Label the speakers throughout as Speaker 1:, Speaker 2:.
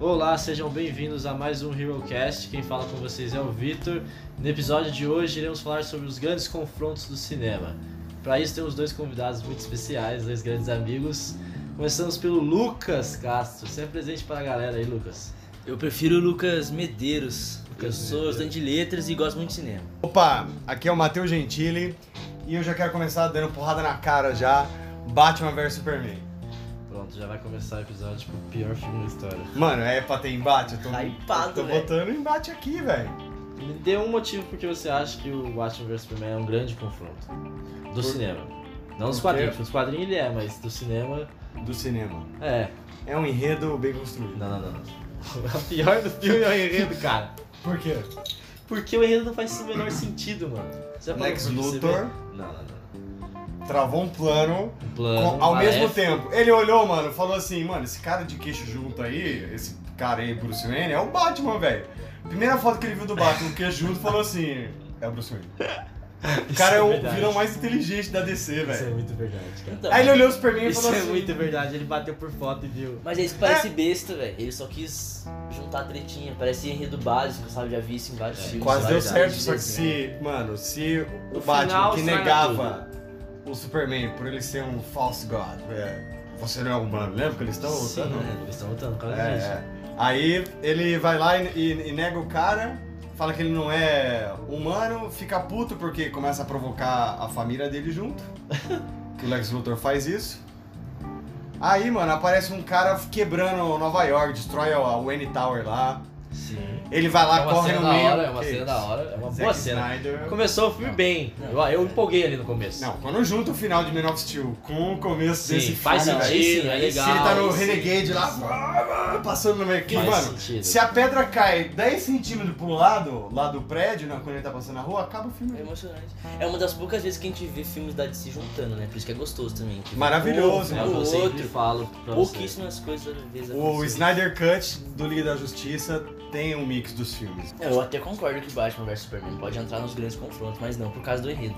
Speaker 1: Olá, sejam bem-vindos a mais um HeroCast. Quem fala com vocês é o Vitor. No episódio de hoje iremos falar sobre os grandes confrontos do cinema. Para isso temos dois convidados muito especiais, dois grandes amigos. Começamos pelo Lucas Castro. Sempre presente para a galera aí, Lucas.
Speaker 2: Eu prefiro o Lucas Medeiros. porque eu
Speaker 1: Lucas
Speaker 2: sou
Speaker 1: Medeiros.
Speaker 2: estudante de letras e gosto muito de cinema.
Speaker 3: Opa, aqui é o Matheus Gentili e eu já quero começar dando porrada na cara já. Batman vs Superman.
Speaker 1: Pronto, já vai começar o episódio com o pior filme da história.
Speaker 3: Mano, é pra ter embate? Eu tô,
Speaker 2: Hypado,
Speaker 3: tô
Speaker 2: velho.
Speaker 3: botando embate aqui, velho.
Speaker 1: Me dê um motivo porque você acha que o Batman vs Superman é um grande confronto do
Speaker 3: Por-
Speaker 1: cinema. Não dos
Speaker 3: Por quê?
Speaker 1: quadrinhos, porque os quadrinhos ele é, mas do cinema
Speaker 3: Do cinema.
Speaker 1: é.
Speaker 3: É um enredo bem construído.
Speaker 1: Não, não, não. não. A pior do filme é o enredo, cara.
Speaker 3: Por quê?
Speaker 1: Porque o enredo não faz o menor sentido, mano. Você vai
Speaker 3: Lex
Speaker 1: pra um filme, você
Speaker 3: Luthor.
Speaker 1: vê- Não, não, não.
Speaker 3: Travou um plano
Speaker 1: Um plano.
Speaker 3: com- ao
Speaker 1: maléfico.
Speaker 3: mesmo tempo. Ele olhou, mano, falou assim, mano, esse cara de queixo junto aí, esse cara aí, Bruce Wayne, é o Batman, velho. Primeira foto que ele viu do Batman, queixo junto, falou assim, é o Bruce Wayne. O
Speaker 1: Isso
Speaker 3: cara é o
Speaker 1: verdade.
Speaker 3: vilão mais inteligente da DC,
Speaker 1: Isso é
Speaker 3: velho.
Speaker 1: muito verdade, cara.
Speaker 2: Então,
Speaker 3: Aí ele olhou o Superman e
Speaker 1: Isso
Speaker 3: falou
Speaker 1: é
Speaker 3: assim,
Speaker 1: muito verdade. Ele bateu por foto e viu.
Speaker 2: Mas é isso que parece besta, velho. Ele só quis juntar a tretinha. Parece enredo básico, sabe? Já vi isso em vários
Speaker 1: É,
Speaker 2: filmes.
Speaker 3: Quase deu
Speaker 2: vários
Speaker 3: certo,
Speaker 2: filmes de
Speaker 3: só que
Speaker 2: desenho.
Speaker 3: se, mano, se o
Speaker 1: No
Speaker 3: Batman
Speaker 1: final,
Speaker 3: que
Speaker 1: estraga
Speaker 3: negava o Superman por ele ser um false god, é, você não é humano, lembra que eles estão
Speaker 1: Sim,
Speaker 3: lutando?
Speaker 1: né? Eles estão lutando por
Speaker 3: É,
Speaker 1: causa disso.
Speaker 3: é. Aí ele vai lá e, e- e nega o cara, fala que ele não é humano, fica puto porque começa a provocar a família dele junto. que o Lex Luthor faz isso. Aí, mano, aparece um cara quebrando Nova York, destrói a Wayne Tower lá.
Speaker 1: Sim.
Speaker 3: Ele vai lá,
Speaker 1: é uma
Speaker 3: corre
Speaker 1: cena
Speaker 3: no
Speaker 1: da
Speaker 3: meio.
Speaker 1: hora, é uma
Speaker 3: que
Speaker 1: cena
Speaker 3: isso?
Speaker 1: da hora, é uma
Speaker 3: Zack
Speaker 1: boa cena.
Speaker 3: Snyder-
Speaker 1: Começou o filme
Speaker 3: Não.
Speaker 1: bem. Eu, eu empolguei ali no começo.
Speaker 3: Não, quando junta o final de Man of Steel com o começo
Speaker 1: Sim,
Speaker 3: desse
Speaker 1: faz
Speaker 3: filme,
Speaker 2: sentido,
Speaker 3: velho,
Speaker 2: é
Speaker 3: se
Speaker 1: legal,
Speaker 3: Ele tá no
Speaker 2: sim.
Speaker 3: Renegade lá, vá, vá, passando no meio. Que,
Speaker 1: Faz
Speaker 3: mano,
Speaker 1: sentido.
Speaker 2: é
Speaker 3: se a pedra cai 10 centímetros pro lado, lá do prédio, né, quando ele tá passando na rua, acaba o
Speaker 2: É
Speaker 3: filme.
Speaker 2: emocionante. É uma das poucas vezes que a gente vê filmes da DC juntando, né? Por isso que é gostoso também. Que
Speaker 3: Maravilhoso,
Speaker 1: É
Speaker 2: mano.
Speaker 1: o que eu sempre
Speaker 2: Outro.
Speaker 1: falo pra vocês.
Speaker 2: Pouquíssimas coisas às vezes
Speaker 3: O
Speaker 2: acontecem.
Speaker 3: Snyder Cut do Liga da Justiça tem um mix dos filmes.
Speaker 2: Não, É, Eu até concordo que Batman vs Superman pode entrar nos grandes confrontos, mas não por causa do enredo.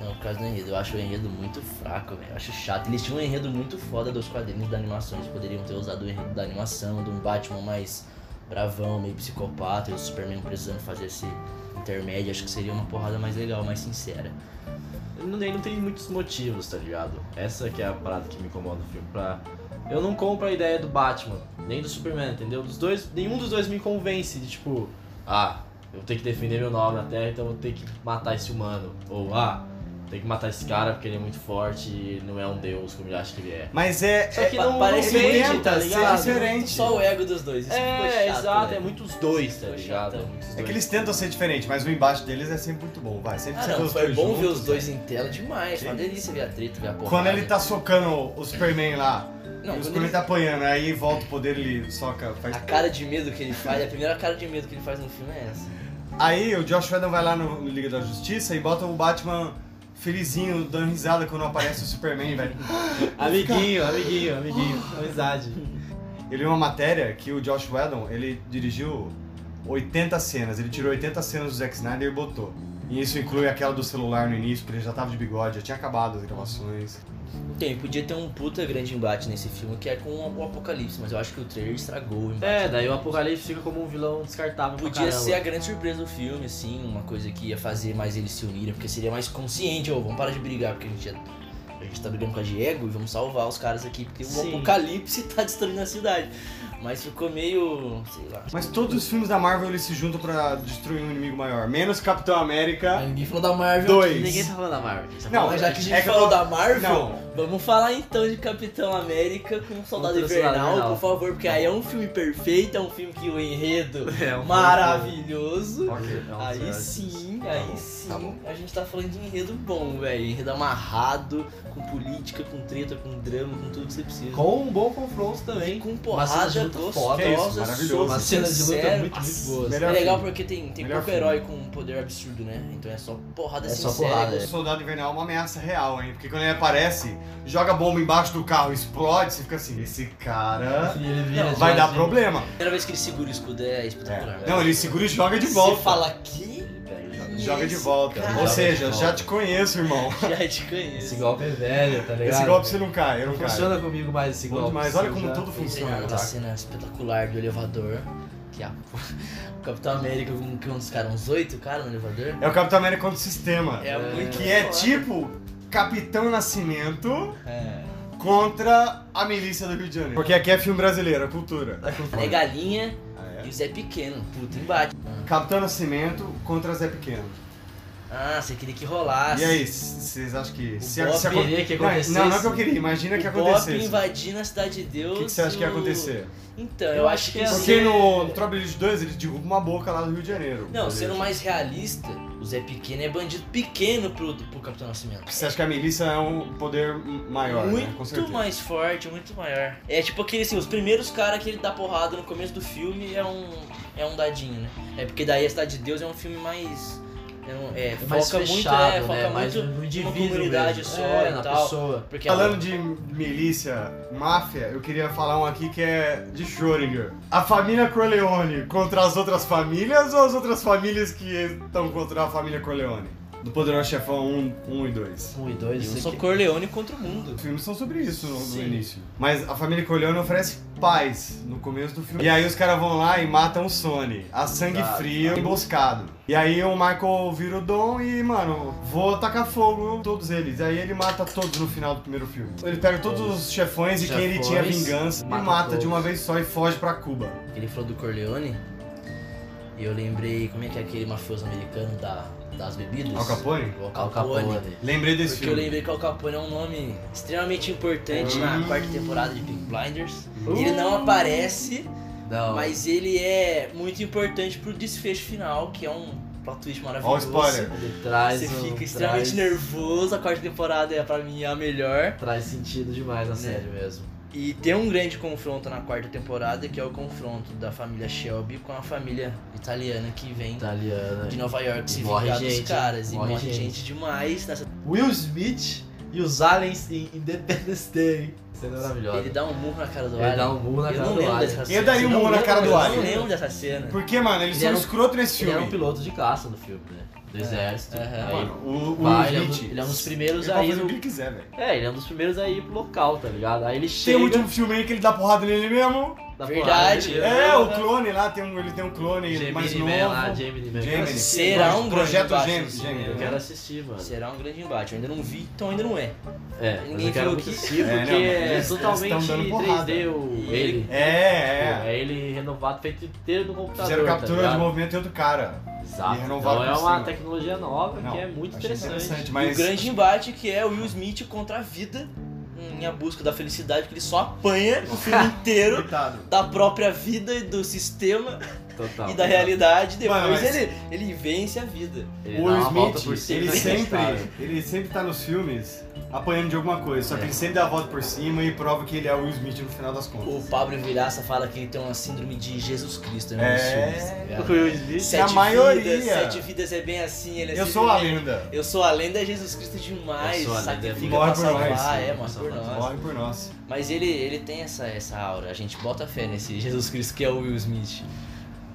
Speaker 2: Não, por causa do enredo. Eu acho o enredo muito fraco, velho. Eu acho chato. Eles tinham um enredo muito foda dos quadrinhos da animação. Eles poderiam ter usado o enredo da animação, de um Batman mais bravão, meio psicopata, e o Superman precisando fazer esse intermédio. Acho que seria uma porrada mais legal, mais sincera.
Speaker 1: Não, tem- não tem muitos motivos, tá ligado? Essa que é a parada que me incomoda no filme. Pra... Eu não compro a ideia do Batman, nem do Superman, entendeu? Dos dois, nenhum dos dois me convence de tipo, ah, eu tenho que defender meu nome na Terra, então eu tenho que matar esse humano. Ou ah, tem que matar esse cara porque ele é muito forte e ele não é um deus como ele acha que ele é.
Speaker 3: Mas é.
Speaker 1: Só que
Speaker 2: pa-
Speaker 1: não, não
Speaker 2: parece
Speaker 3: ele
Speaker 1: vende,
Speaker 3: tenta
Speaker 1: tá
Speaker 3: ser
Speaker 1: ligado?
Speaker 3: diferente.
Speaker 2: Só o ego dos dois. Isso ficou
Speaker 1: É,
Speaker 2: chato, né?
Speaker 1: exato, é
Speaker 2: velho.
Speaker 1: muito os dois, tá
Speaker 2: Ficou
Speaker 1: ligado?
Speaker 2: chato. né?
Speaker 1: muito os
Speaker 3: É que
Speaker 1: dois.
Speaker 3: eles tentam ser diferentes, mas o embate deles é sempre muito bom, vai. Sempre
Speaker 2: Ah,
Speaker 3: você vê
Speaker 2: não,
Speaker 3: os
Speaker 2: foi
Speaker 3: dois
Speaker 2: bom ver
Speaker 3: juntos, né?
Speaker 2: os dois em tela demais. Foi uma delícia ver a treta, ver a porrada.
Speaker 3: Quando ele tá socando o Superman lá,
Speaker 2: Não,
Speaker 3: e o
Speaker 2: quando
Speaker 3: Superman
Speaker 2: ele-
Speaker 3: tá apanhando, aí volta o poder, ele soca, faz...
Speaker 2: A cara de medo que ele faz, a primeira cara de medo que ele faz no filme é essa.
Speaker 3: Aí o Josh Whedon vai lá no, no Liga da Justiça e bota o Batman felizinho, dando risada quando aparece o Superman, velho.
Speaker 1: Amiguinho, amiguinho, amiguinho, amizade.
Speaker 3: Eu li é uma matéria que o Josh Whedon, ele dirigiu 80 cenas, ele tirou 80 cenas do Zack Snyder e botou. E isso inclui aquela do celular no início, porque ele já tava de bigode, já tinha acabado as gravações.
Speaker 2: Tem, podia ter um puta grande embate nesse filme que é com o Apocalipse, mas eu acho que o trailer estragou o embate.
Speaker 1: É, daí o Apocalipse fica como um vilão descartável pra
Speaker 2: Podia
Speaker 1: caramba.
Speaker 2: ser a grande surpresa do filme, assim, uma coisa que ia fazer mais eles se unirem, porque seria mais consciente, ou vamos parar de brigar, porque a gente, é- a gente tá brigando com a Diego e vamos salvar os caras aqui, porque
Speaker 1: Sim.
Speaker 2: o Apocalipse tá destruindo a cidade. Mas ficou meio. sei lá.
Speaker 3: Mas todos os filmes da Marvel, eles se juntam pra destruir um inimigo maior. Menos Capitão América...
Speaker 2: Ah, ninguém falou da Marvel.
Speaker 3: Dois.
Speaker 1: Ninguém tá falando da Marvel. gente tá
Speaker 3: Não,
Speaker 2: Mas já que a gente
Speaker 3: é que eu
Speaker 2: falou
Speaker 3: tô-
Speaker 2: da Marvel,
Speaker 3: Não.
Speaker 2: vamos falar então de Capitão América com Soldado
Speaker 1: Contra o Soldado
Speaker 2: Invernal,
Speaker 1: Invernal.
Speaker 2: por favor, porque aí é um filme perfeito, é um filme que o enredo
Speaker 1: É um
Speaker 2: maravilhoso.
Speaker 3: Ok.
Speaker 2: Aí sim, aí
Speaker 3: bom,
Speaker 2: sim.
Speaker 3: tá bom.
Speaker 2: A gente tá falando de enredo bom, velho. Enredo amarrado, com política, com treta, com drama, com tudo que você precisa.
Speaker 1: Com um bom confronto também.
Speaker 2: com
Speaker 1: Uma cena de
Speaker 2: porrada
Speaker 1: luta foda. é
Speaker 3: Que
Speaker 2: gostosa,
Speaker 3: isso, maravilhoso.
Speaker 2: soco
Speaker 1: Uma cena de luta
Speaker 2: sincero.
Speaker 1: muito, muito boa.
Speaker 2: É
Speaker 3: Melhor
Speaker 2: legal
Speaker 3: filme.
Speaker 2: porque tem, tem
Speaker 3: Melhor
Speaker 2: pouco
Speaker 3: filme.
Speaker 2: herói com um poder absurdo, né? Então é só porrada
Speaker 1: É só
Speaker 2: sincera.
Speaker 1: porrada,
Speaker 3: O soldado invernal é uma ameaça real, hein? Porque quando ele aparece, joga bomba embaixo do carro, explode, você fica assim, esse cara
Speaker 1: E ele vira
Speaker 3: vai dar
Speaker 1: Jorginho.
Speaker 3: problema.
Speaker 2: A primeira vez que ele segura o escudo é espetacular.
Speaker 3: Não, ele segura e joga de
Speaker 2: Você
Speaker 3: volta.
Speaker 2: fala que.
Speaker 1: Ele pega e joga.
Speaker 3: Ele
Speaker 4: conheço.
Speaker 3: joga de volta.
Speaker 4: cara.
Speaker 3: Ou
Speaker 1: Joga de
Speaker 3: seja,
Speaker 1: volta.
Speaker 3: já te conheço, irmão.
Speaker 2: Já te
Speaker 1: Esse
Speaker 2: conheço.
Speaker 1: golpe é velho, tá ligado?
Speaker 3: Esse golpe você não cai, eu não
Speaker 1: não
Speaker 3: caio.
Speaker 1: funciona comigo mais esse
Speaker 3: Bom
Speaker 1: golpe.
Speaker 3: demais, olha
Speaker 1: eu
Speaker 3: como
Speaker 1: já-
Speaker 3: tudo
Speaker 2: Não sei
Speaker 3: né?
Speaker 2: nada,
Speaker 3: funciona,
Speaker 2: aquela
Speaker 3: tá?
Speaker 2: é, cena espetacular do elevador. Que é a... O Capitão América com com uns caras, uns oito caras no elevador.
Speaker 3: É o Capitão América contra o sistema.
Speaker 2: É, muito
Speaker 3: Que é
Speaker 2: foda.
Speaker 3: tipo Capitão Nascimento
Speaker 1: É.
Speaker 3: contra a milícia do Rio de Janeiro. Porque aqui é filme brasileiro, é cultura.
Speaker 2: Ela é galinha
Speaker 3: Ah, é.
Speaker 2: e o Zé Pequeno. Puta, embate.
Speaker 3: Capitão Nascimento contra Zé Pequeno.
Speaker 2: Ah, você queria que rolasse.
Speaker 3: E aí, c- vocês acham que.
Speaker 2: O
Speaker 1: Eu
Speaker 2: Bob
Speaker 3: acon-
Speaker 1: queria que acontecesse.
Speaker 3: Não, não é que eu queria, imagina que
Speaker 2: o Bop
Speaker 3: acontecesse. O
Speaker 2: invadindo a cidade de Deus.
Speaker 3: que, que você acha que ia
Speaker 2: o-
Speaker 3: acontecer?
Speaker 2: Então, eu,
Speaker 1: Eu acho
Speaker 2: acho que.
Speaker 1: que
Speaker 2: ia
Speaker 1: assim-
Speaker 3: Porque
Speaker 2: ser-
Speaker 3: no, no Tropa-Elite 2 ele derruba uma boca lá do Rio de Janeiro.
Speaker 2: Não, sendo mais realista, o Zé Pequeno é bandido pequeno pro, pro Capitão Nascimento.
Speaker 3: Você acha que a milícia é um poder maior, né? Com
Speaker 2: muito
Speaker 3: certeza.
Speaker 2: mais forte, muito maior. É tipo aquele assim, os primeiros caras que ele dá porrada no começo do filme é um. é um dadinho, né? É porque daí a Cidade de Deus é um filme mais. É, um- é,
Speaker 1: É mais
Speaker 2: foca
Speaker 1: fechado,
Speaker 2: muito, é,
Speaker 1: né?
Speaker 2: foca
Speaker 1: mais
Speaker 2: muito.
Speaker 1: no
Speaker 2: numa
Speaker 1: indivíduo
Speaker 2: comunidade
Speaker 1: mesmo.
Speaker 2: só
Speaker 1: é,
Speaker 2: e
Speaker 1: na
Speaker 2: tal.
Speaker 1: pessoa.
Speaker 2: Porque é um
Speaker 3: Falando
Speaker 2: ela-
Speaker 3: de milícia, máfia, eu queria falar um aqui que é de Schrödinger. A família Corleone contra as outras famílias ou as outras famílias que estão contra a família Corleone? Do Poderoso Chefão 1, 1 e 2.
Speaker 1: Um e dois,
Speaker 2: Eu
Speaker 1: sei
Speaker 2: sou
Speaker 1: que-
Speaker 2: Corleone contra o mundo.
Speaker 3: Os filmes são sobre isso no, no
Speaker 2: Sim.
Speaker 3: início. Mas a família Corleone oferece paz no começo do filme. E aí os caras vão lá e matam o Sony. A sangue
Speaker 1: Tá,
Speaker 3: frio, emboscado. E aí o Michael vira o Dom e, mano, vou tacar fogo em todos eles. Aí ele mata todos no final do primeiro filme. Ele pega todos os chefões de quem ele tinha
Speaker 1: Chefões,
Speaker 3: vingança
Speaker 1: mata
Speaker 3: e mata
Speaker 1: todos.
Speaker 3: de uma vez só e foge pra Cuba.
Speaker 2: Ele falou do Corleone. E eu lembrei, como é que é aquele mafioso americano da, das bebidas?
Speaker 3: Al Capone?
Speaker 2: O Al
Speaker 1: Al
Speaker 2: Capone.
Speaker 1: Capone.
Speaker 3: Lembrei desse
Speaker 2: Porque eu
Speaker 3: filme.
Speaker 2: lembrei que o Al Capone é um nome extremamente importante na
Speaker 3: Hum.
Speaker 2: quarta temporada de Pink Blinders.
Speaker 1: Uh.
Speaker 2: Ele não aparece,
Speaker 1: Não.
Speaker 2: mas ele é muito importante pro desfecho final, que é um plot twist maravilhoso.
Speaker 3: Ó o spoiler.
Speaker 1: Ele traz.
Speaker 2: Você
Speaker 1: um-
Speaker 2: fica
Speaker 1: traz-
Speaker 2: extremamente nervoso, a quarta temporada é pra mim a melhor.
Speaker 1: Traz sentido demais a série mesmo.
Speaker 2: E tem um grande confronto na quarta temporada, que é o confronto da família Shelby com a família italiana que vem
Speaker 1: Italiana.
Speaker 2: de Nova York se
Speaker 1: Tá. E morre
Speaker 2: vingar
Speaker 1: gente,
Speaker 2: dos caras. E
Speaker 1: morre
Speaker 2: morre,
Speaker 1: gente.
Speaker 2: gente. demais nessa.
Speaker 1: Will Smith e os aliens em Independence Day. Cena é maravilhosa.
Speaker 2: Ele dá um murro na cara do
Speaker 1: Ele
Speaker 2: Alien.
Speaker 1: dá um burro na
Speaker 2: eu
Speaker 1: cara
Speaker 2: não
Speaker 1: do
Speaker 2: lembro
Speaker 1: Alien.
Speaker 2: dessa
Speaker 3: Eu
Speaker 2: cena.
Speaker 3: daria um
Speaker 2: Eu não
Speaker 3: murro na
Speaker 2: lembro,
Speaker 3: cara do
Speaker 2: eu
Speaker 3: Alien.
Speaker 2: não lembro dessa cena.
Speaker 3: Porque, mano, eles
Speaker 1: Ele
Speaker 3: são
Speaker 1: era um-
Speaker 3: escroto nesse
Speaker 1: Ele era um
Speaker 3: filme. é,
Speaker 1: piloto de caça no filme, né? Do exército.
Speaker 2: Aham.
Speaker 1: Aí,
Speaker 3: Mano, o, o
Speaker 1: vai, ele, é um,
Speaker 3: Smith,
Speaker 1: dos- ele é um dos
Speaker 3: ele
Speaker 1: primeiros
Speaker 3: pode
Speaker 1: aí.
Speaker 3: fazer o que
Speaker 1: no-
Speaker 3: ele quiser, velho.
Speaker 1: É, ele é um dos primeiros aí pro local, tá ligado? Aí ele
Speaker 3: Tem
Speaker 1: chega.
Speaker 3: o último filme aí que ele dá porrada nele mesmo.
Speaker 1: da
Speaker 2: Verdade.
Speaker 1: porrada,
Speaker 3: É, o clone lá, tem um, ele tem um clone
Speaker 1: Gemini
Speaker 3: mais
Speaker 1: Man
Speaker 3: novo.
Speaker 1: lá, Gemini Man.
Speaker 3: Gemini.
Speaker 2: Será um
Speaker 3: Projeto Gêmeos,
Speaker 2: grande embate no
Speaker 3: Gêmeos.
Speaker 1: Eu
Speaker 2: cinema.
Speaker 1: quero assistir, mano.
Speaker 2: Será um grande embate. Eu ainda não vi, então ainda não é.
Speaker 1: É, mas
Speaker 2: Ninguém
Speaker 1: eu quero
Speaker 2: viu
Speaker 1: muito
Speaker 2: que-
Speaker 1: assistir,
Speaker 3: É,
Speaker 1: porque
Speaker 3: não, mas
Speaker 1: é
Speaker 3: eles- eles
Speaker 1: totalmente
Speaker 3: tão dando porrada.
Speaker 1: 3D o
Speaker 2: E
Speaker 1: ele.
Speaker 2: ele-
Speaker 3: É, é.
Speaker 1: É ele renovado, feito inteiro no computador.
Speaker 3: Fizeram
Speaker 1: tá
Speaker 3: captura de
Speaker 1: ligado?
Speaker 3: movimento e outro cara.
Speaker 1: Exato.
Speaker 3: e
Speaker 1: Então
Speaker 3: renovaram
Speaker 1: é
Speaker 3: por
Speaker 1: uma
Speaker 3: cima.
Speaker 1: tecnologia nova
Speaker 3: Não,
Speaker 1: que é muito
Speaker 3: achei
Speaker 1: interessante.
Speaker 2: E
Speaker 3: mas.
Speaker 2: o grande embate que é o Will Smith contra a vida. Em a busca da felicidade, que ele só apanha o filme inteiro
Speaker 3: Coitado.
Speaker 2: da própria vida e do sistema
Speaker 1: Total.
Speaker 2: e da realidade. Depois
Speaker 3: Tá Mano, mas-
Speaker 2: ele, ele vence a vida.
Speaker 1: Ele
Speaker 3: O
Speaker 1: dá
Speaker 3: Will
Speaker 1: uma volta por
Speaker 3: Smith,
Speaker 1: cima,
Speaker 3: ele
Speaker 1: né?
Speaker 3: sempre,
Speaker 1: Cara,
Speaker 3: ele sempre tá nos filmes apanhando de alguma coisa, só
Speaker 1: É.
Speaker 3: que ele sempre dá a volta por cima e prova que ele é o Will Smith no final das contas.
Speaker 2: O Pablo Vilhaça fala que ele tem uma síndrome de Jesus Cristo né, nos
Speaker 3: É.
Speaker 2: filmes. tá
Speaker 1: O
Speaker 2: ligado?
Speaker 1: Will Smith.
Speaker 2: Sete
Speaker 3: maioria.
Speaker 2: Vidas, sete vidas é bem assim, ele é
Speaker 3: Eu
Speaker 2: sempre
Speaker 3: sou a
Speaker 2: meio-
Speaker 3: lenda.
Speaker 2: Eu sou a lenda é Jesus Cristo demais,
Speaker 1: Eu sou a lenda, é
Speaker 2: sacrifica
Speaker 3: morre
Speaker 2: pra
Speaker 3: por
Speaker 2: salvar,
Speaker 3: nós,
Speaker 2: é,
Speaker 1: morre
Speaker 2: morre
Speaker 1: por
Speaker 2: por
Speaker 1: nós.
Speaker 2: nós.
Speaker 3: Morre por nós.
Speaker 2: Mas ele, ele tem essa, essa aura, a gente bota fé nesse Jesus Cristo que é o Will Smith.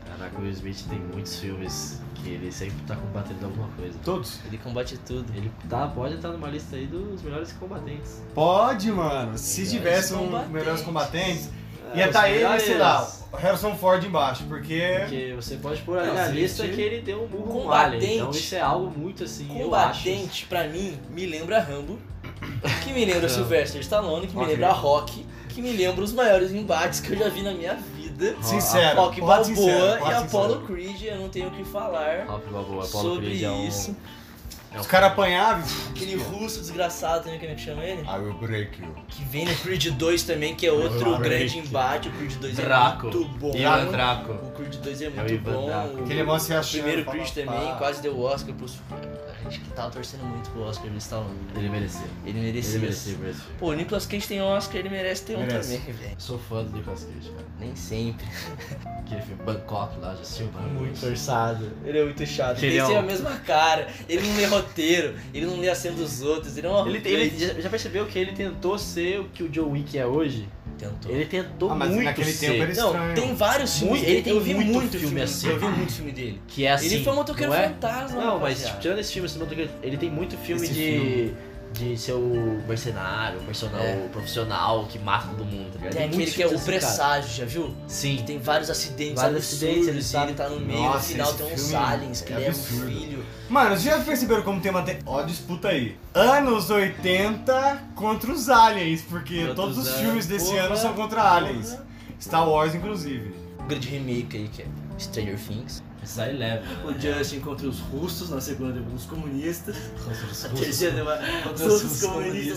Speaker 1: Caraca, o Will Smith tem muitos filmes que ele sempre tá combatendo alguma coisa.
Speaker 3: Todos.
Speaker 2: Ele combate tudo.
Speaker 1: Ele tá, pode estar numa lista aí dos melhores combatentes.
Speaker 3: Pode, mano. Se tivesse um
Speaker 2: combatentes.
Speaker 3: melhores combatentes,
Speaker 1: É,
Speaker 3: ia
Speaker 1: os
Speaker 3: tá ele,
Speaker 1: melhores.
Speaker 3: sei lá, o Harrison Ford embaixo, porque.
Speaker 1: Porque você pode pôr ali
Speaker 3: Não,
Speaker 1: na
Speaker 3: se
Speaker 1: lista
Speaker 3: ele-
Speaker 1: que ele deu um burro no
Speaker 2: Combatente.
Speaker 1: Alien. Então isso é algo muito assim, eu acho.
Speaker 2: Combatente, pra mim, me lembra Rambo, que me lembra
Speaker 1: Não.
Speaker 2: Sylvester Stallone, que me
Speaker 3: Ok.
Speaker 2: lembra Rock, que me lembra os maiores embates que eu já vi na minha vida.
Speaker 3: Sincero.
Speaker 2: Rock
Speaker 3: pode
Speaker 2: Balboa
Speaker 3: sincero, pode
Speaker 2: e
Speaker 3: sincero.
Speaker 2: Apollo Creed, eu não tenho o que falar
Speaker 1: Rock Balboa, Apollo
Speaker 2: sobre
Speaker 1: Creed é um...
Speaker 2: isso.
Speaker 1: é um-
Speaker 3: Os caras apanhavam.
Speaker 2: Aquele russo desgraçado também, que é que chama ele?
Speaker 3: I will break you.
Speaker 2: Que vem no Creed 2 também, que é outro
Speaker 3: Draco.
Speaker 2: grande embate. O Creed 2
Speaker 1: Draco.
Speaker 2: é muito
Speaker 3: um
Speaker 2: bom.
Speaker 1: Ivan Draco.
Speaker 2: O Creed 2 é
Speaker 1: É o
Speaker 2: muito
Speaker 1: Ivan
Speaker 2: bom.
Speaker 1: Draco.
Speaker 2: O
Speaker 3: Que ele mostra se achando.
Speaker 2: primeiro
Speaker 3: pá,
Speaker 2: Creed
Speaker 3: pá,
Speaker 2: também
Speaker 3: pá.
Speaker 2: quase deu o Oscar pros. A gente que tava torcendo muito pro Oscar do Stallone.
Speaker 1: Ele mereceu.
Speaker 2: Ele merecia.
Speaker 1: Ele mereceu, mereceu.
Speaker 2: Pô, o Nicolas Cage tem Oscar, ele merece ter um
Speaker 3: Merece.
Speaker 2: também, velho.
Speaker 1: Sou fã do Nicolas Cage, cara.
Speaker 2: Nem sempre.
Speaker 1: Aquele filme Bangkok lá, já assistiu?
Speaker 3: é
Speaker 2: Muito.
Speaker 1: forçado.
Speaker 2: Ele é muito chato.
Speaker 1: Ele
Speaker 2: Ele
Speaker 1: é
Speaker 2: tem
Speaker 1: um-
Speaker 2: a mesma cara. Ele não lê roteiro. Ele não lê a cena dos outros. Ele é um
Speaker 1: Ele,
Speaker 2: arrogante.
Speaker 1: ele já- já percebeu que ele tentou ser o que o John Wick é hoje?
Speaker 2: tentou.
Speaker 1: Ele tentou
Speaker 3: Ah, mas
Speaker 1: muito
Speaker 3: naquele
Speaker 1: ser.
Speaker 3: tempo ele-
Speaker 2: Não,
Speaker 3: Estranho.
Speaker 2: tem vários filmes.
Speaker 1: Muito-
Speaker 2: ele tem
Speaker 1: eu vi
Speaker 2: muito,
Speaker 1: muito
Speaker 2: filme,
Speaker 1: filme assim.
Speaker 2: Eu vi muito filme dele.
Speaker 1: Que é assim,
Speaker 2: ele foi um motoqueiro
Speaker 1: não é?
Speaker 2: fantasma.
Speaker 1: Não, mas
Speaker 2: rapaziada.
Speaker 1: tipo, tirando esse filme, esse motoqueiro, ele tem muito filme
Speaker 3: Esse
Speaker 1: de... De ser o mercenário, o personal,
Speaker 2: É.
Speaker 1: o profissional que mata todo mundo, tá ligado?
Speaker 2: tem aquele
Speaker 1: muitos
Speaker 2: que é o
Speaker 1: filmes assim, cara.
Speaker 2: presságio, já viu? Que
Speaker 1: Sim.
Speaker 2: tem vários acidentes,
Speaker 1: Vários
Speaker 2: absurdos,
Speaker 1: acidentes, ele
Speaker 2: e
Speaker 1: sabe-
Speaker 2: ele tá no meio,
Speaker 3: Nossa,
Speaker 2: no final
Speaker 3: esse
Speaker 2: tem uns
Speaker 3: filme
Speaker 2: aliens que
Speaker 3: é
Speaker 2: leva um
Speaker 3: absurdo.
Speaker 2: filho.
Speaker 3: Mano, vocês já perceberam como tem uma. Te... Ó, a disputa aí. Anos 80 contra os aliens, porque
Speaker 1: Contra
Speaker 3: todos
Speaker 1: os
Speaker 3: os
Speaker 1: aliens.
Speaker 3: filmes desse
Speaker 1: Porra,
Speaker 3: ano são contra
Speaker 1: porra.
Speaker 3: aliens. Star Wars, inclusive.
Speaker 2: O grande remake aí, que é Stranger Things.
Speaker 1: Sai leve, né?
Speaker 4: O Justin contra os russos, na segunda levou os comunistas, na terceira levou
Speaker 2: Contra os
Speaker 4: os, os comunistas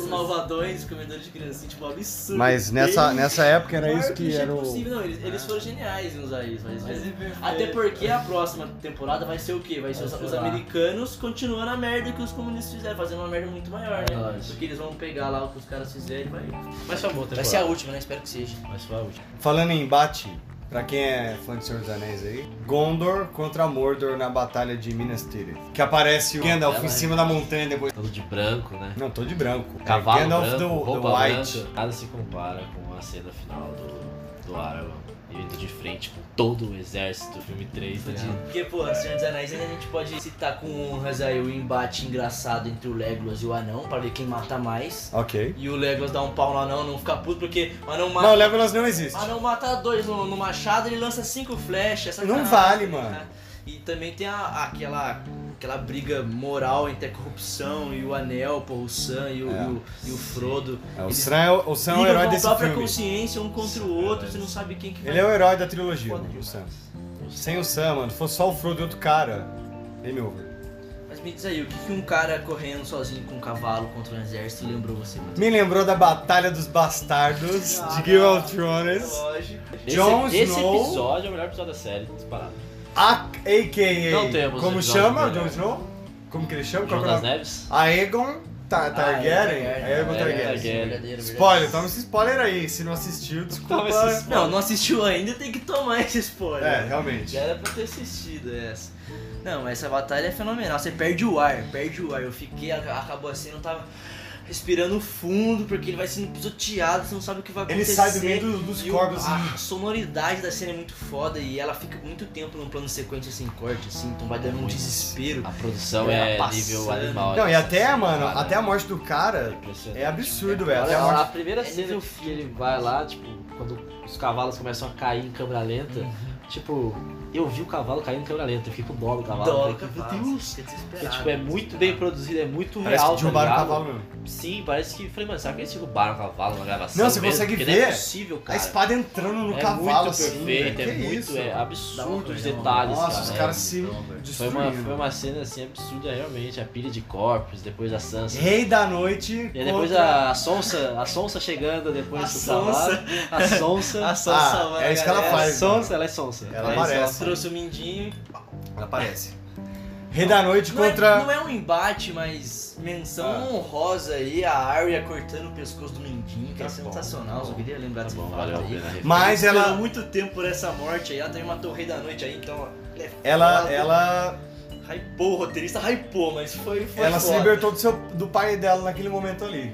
Speaker 2: comunistas.
Speaker 4: malvadões, comedores de criancinha, tipo, um absurdo. Eles-
Speaker 3: nessa época
Speaker 4: maior clichê possível. Não, eles,
Speaker 2: Ah.
Speaker 4: eles foram geniais em usar isso.
Speaker 2: é
Speaker 4: mas- mas- até porque a próxima temporada vai ser o quê? Vai ser os,
Speaker 1: Vai ser
Speaker 4: os
Speaker 1: lá.
Speaker 4: americanos continuando a merda que os comunistas fizeram, fazendo uma merda muito maior, né?
Speaker 1: Lógico.
Speaker 4: Porque eles vão pegar lá o que os caras fizeram e vai.
Speaker 1: Mas foi uma boa temporada.
Speaker 2: Vai ser a última, né? Espero que seja.
Speaker 1: Mas foi a última.
Speaker 3: Falando em embate, pra quem é fã de Senhor dos Anéis aí, Gondor contra Mordor na Batalha de Minas Tirith. Que aparece o Gandalf em cima da montanha depois.
Speaker 1: Todo de branco, né?
Speaker 3: Não, tô de branco.
Speaker 1: Cavalo
Speaker 3: é Gandalf
Speaker 1: branco,
Speaker 3: do,
Speaker 1: roupa
Speaker 3: do White.
Speaker 1: branca. Nada se compara com a cena final do, do Aragorn indo de frente com todo o exército do filme 3, tá ligado?
Speaker 2: Porque, pô, Senhor dos Anéis ainda a gente pode citar com honras aí o embate engraçado entre o Legolas e o Anão, pra ver quem mata mais.
Speaker 3: Ok.
Speaker 2: E o Legolas dá um pau no Anão, não fica puto, porque o Anão
Speaker 3: Não,
Speaker 2: mata,
Speaker 3: Legolas não
Speaker 2: o
Speaker 3: existe.
Speaker 2: anão Ah, mata dois no, no machado, ele lança cinco flechas.
Speaker 3: Não
Speaker 2: sacanagem,
Speaker 3: vale,
Speaker 2: né?
Speaker 3: mano.
Speaker 2: E também tem a- aquela, aquela briga moral entre a corrupção e o Anel, pô, o Sam e o,
Speaker 3: É.
Speaker 2: e o, e o Frodo.
Speaker 3: É, o
Speaker 2: Eles
Speaker 3: Sam é o, o Sam é o
Speaker 2: brigam
Speaker 3: herói
Speaker 2: com a
Speaker 3: desse
Speaker 2: própria
Speaker 3: filme.
Speaker 2: consciência um contra o outro, você não sabe quem que vai
Speaker 1: né?
Speaker 3: Ele é o herói da trilogia,
Speaker 2: Foda
Speaker 3: o
Speaker 2: demais.
Speaker 3: Sam. Sem o Sam, mano, se fosse só o Frodo e outro cara, game over.
Speaker 2: Mas me diz aí, o que, que um cara correndo sozinho com um cavalo contra um exército lembrou você? Matheus?
Speaker 3: Me lembrou da Batalha dos Bastardos
Speaker 2: Ah,
Speaker 3: de Game
Speaker 2: não.
Speaker 3: of Thrones,
Speaker 2: Lógico.
Speaker 3: Jon
Speaker 1: esse, esse
Speaker 3: Snow-
Speaker 1: episódio é o melhor episódio da série, disparado.
Speaker 3: a- a.k.a.
Speaker 1: Não temos
Speaker 3: como
Speaker 1: episódio
Speaker 3: chama o
Speaker 1: melhor.
Speaker 3: Jon Snow? Como que ele chama? Qual
Speaker 1: João
Speaker 3: que é o
Speaker 1: das
Speaker 3: nome?
Speaker 1: Neves?
Speaker 3: Aegon
Speaker 1: Ah,
Speaker 3: Ta-
Speaker 2: Ah, é
Speaker 3: Targaryen? Aegon
Speaker 1: Aegon
Speaker 3: Targaryen.
Speaker 1: é, Targaryen.
Speaker 3: Spoiler, toma esse spoiler aí, se não assistiu, desculpa.
Speaker 1: Toma esse spoiler.
Speaker 2: Não, não assistiu ainda, tem que tomar esse spoiler.
Speaker 3: É, realmente.
Speaker 2: Já era pra ter assistido essa. Não, mas essa batalha é fenomenal. Você perde o ar, perde o ar. Eu fiquei, a- acabou assim, não tava respirando fundo, porque ele vai sendo pisoteado, você não sabe o que vai
Speaker 3: Ele
Speaker 2: acontecer.
Speaker 3: sai do meio do- dos
Speaker 2: E o-
Speaker 3: corpos assim.
Speaker 2: a sonoridade da cena é muito foda e ela fica muito tempo num plano sequência sem corte, assim, então vai dando um
Speaker 1: Muito.
Speaker 2: desespero.
Speaker 1: A produção
Speaker 2: É,
Speaker 1: é,
Speaker 2: passando.
Speaker 1: nível animal. assim,
Speaker 3: Não, e
Speaker 1: essa
Speaker 3: até,
Speaker 1: cena,
Speaker 3: mano,
Speaker 1: cara,
Speaker 3: até a morte do
Speaker 1: é
Speaker 3: cara
Speaker 1: impressionante.
Speaker 3: é absurdo, velho. Até
Speaker 1: Olha,
Speaker 3: a morte
Speaker 1: a primeira
Speaker 2: É
Speaker 1: cena
Speaker 2: nível
Speaker 1: que ele vai lá, tipo, quando os cavalos começam a cair em câmera lenta, tipo, eu vi o cavalo caindo em câmera lenta, eu fiquei com dó do cavalo.
Speaker 2: Dó,
Speaker 1: eu falei,
Speaker 2: cavalo,
Speaker 1: meu
Speaker 3: um
Speaker 1: Deus.
Speaker 2: fica
Speaker 1: É,
Speaker 2: desesperado.
Speaker 1: tipo, é muito bem produzido, é muito
Speaker 3: Parece
Speaker 1: real.
Speaker 3: que derrubaram
Speaker 1: tá
Speaker 3: o
Speaker 1: ligado?
Speaker 3: um cavalo mesmo.
Speaker 1: Sim, parece que. Falei, mano, será que eles derrubaram o cavalo na gravação?
Speaker 3: Não, você
Speaker 1: mesmo?
Speaker 3: consegue
Speaker 1: Porque Não
Speaker 3: ver
Speaker 1: é possível,
Speaker 3: A
Speaker 1: cara.
Speaker 3: espada entrando no
Speaker 1: é
Speaker 3: cavalo
Speaker 1: muito
Speaker 3: assim,
Speaker 1: perfeito,
Speaker 3: velho.
Speaker 1: é
Speaker 3: Que
Speaker 1: muito.
Speaker 3: isso?
Speaker 1: É
Speaker 2: Dá uma
Speaker 1: absurdo os
Speaker 2: olhada,
Speaker 1: detalhes,
Speaker 3: Nossa,
Speaker 1: cara.
Speaker 3: os
Speaker 1: é.
Speaker 3: caras se
Speaker 1: Foi uma, foi
Speaker 3: destruíram.
Speaker 1: uma cena assim absurda, realmente. A pilha de corpos, depois a Sansa.
Speaker 3: Rei da noite
Speaker 1: E aí depois
Speaker 3: contra...
Speaker 1: a, a Sonsa, a Sonsa chegando depois
Speaker 2: A
Speaker 1: do cavalo. A Sonsa.
Speaker 2: A
Speaker 1: a
Speaker 2: Sansa
Speaker 3: Ah,
Speaker 2: salvando
Speaker 3: é
Speaker 2: a
Speaker 3: isso que ela
Speaker 2: galera.
Speaker 3: faz.
Speaker 1: Sonsa, ela é Sonsa.
Speaker 3: Ela
Speaker 1: é
Speaker 3: aparece.
Speaker 1: Sonsa.
Speaker 2: Trouxe o Mindinho.
Speaker 3: Ela aparece. Rei da noite
Speaker 2: Não, é,
Speaker 3: contra...
Speaker 2: não é um embate, mas menção
Speaker 3: Ah.
Speaker 2: honrosa aí, a Arya cortando o pescoço do Mindinho, que é
Speaker 3: Tá bom,
Speaker 2: sensacional.
Speaker 3: tá
Speaker 2: Só queria lembrar
Speaker 1: Tá
Speaker 2: desse
Speaker 1: bom,
Speaker 2: fato
Speaker 1: valeu a
Speaker 2: aí.
Speaker 1: pena.
Speaker 3: Mas
Speaker 2: Esperou
Speaker 3: ela...
Speaker 2: muito tempo por essa morte aí, ela também matou o Rei da Noite aí, então... ó, é
Speaker 3: Ela,
Speaker 2: foda.
Speaker 3: ela,
Speaker 2: Hypou, o roteirista hypou, mas foi, foi
Speaker 3: ela se
Speaker 2: foda.
Speaker 3: libertou do, seu, do pai dela naquele momento ali.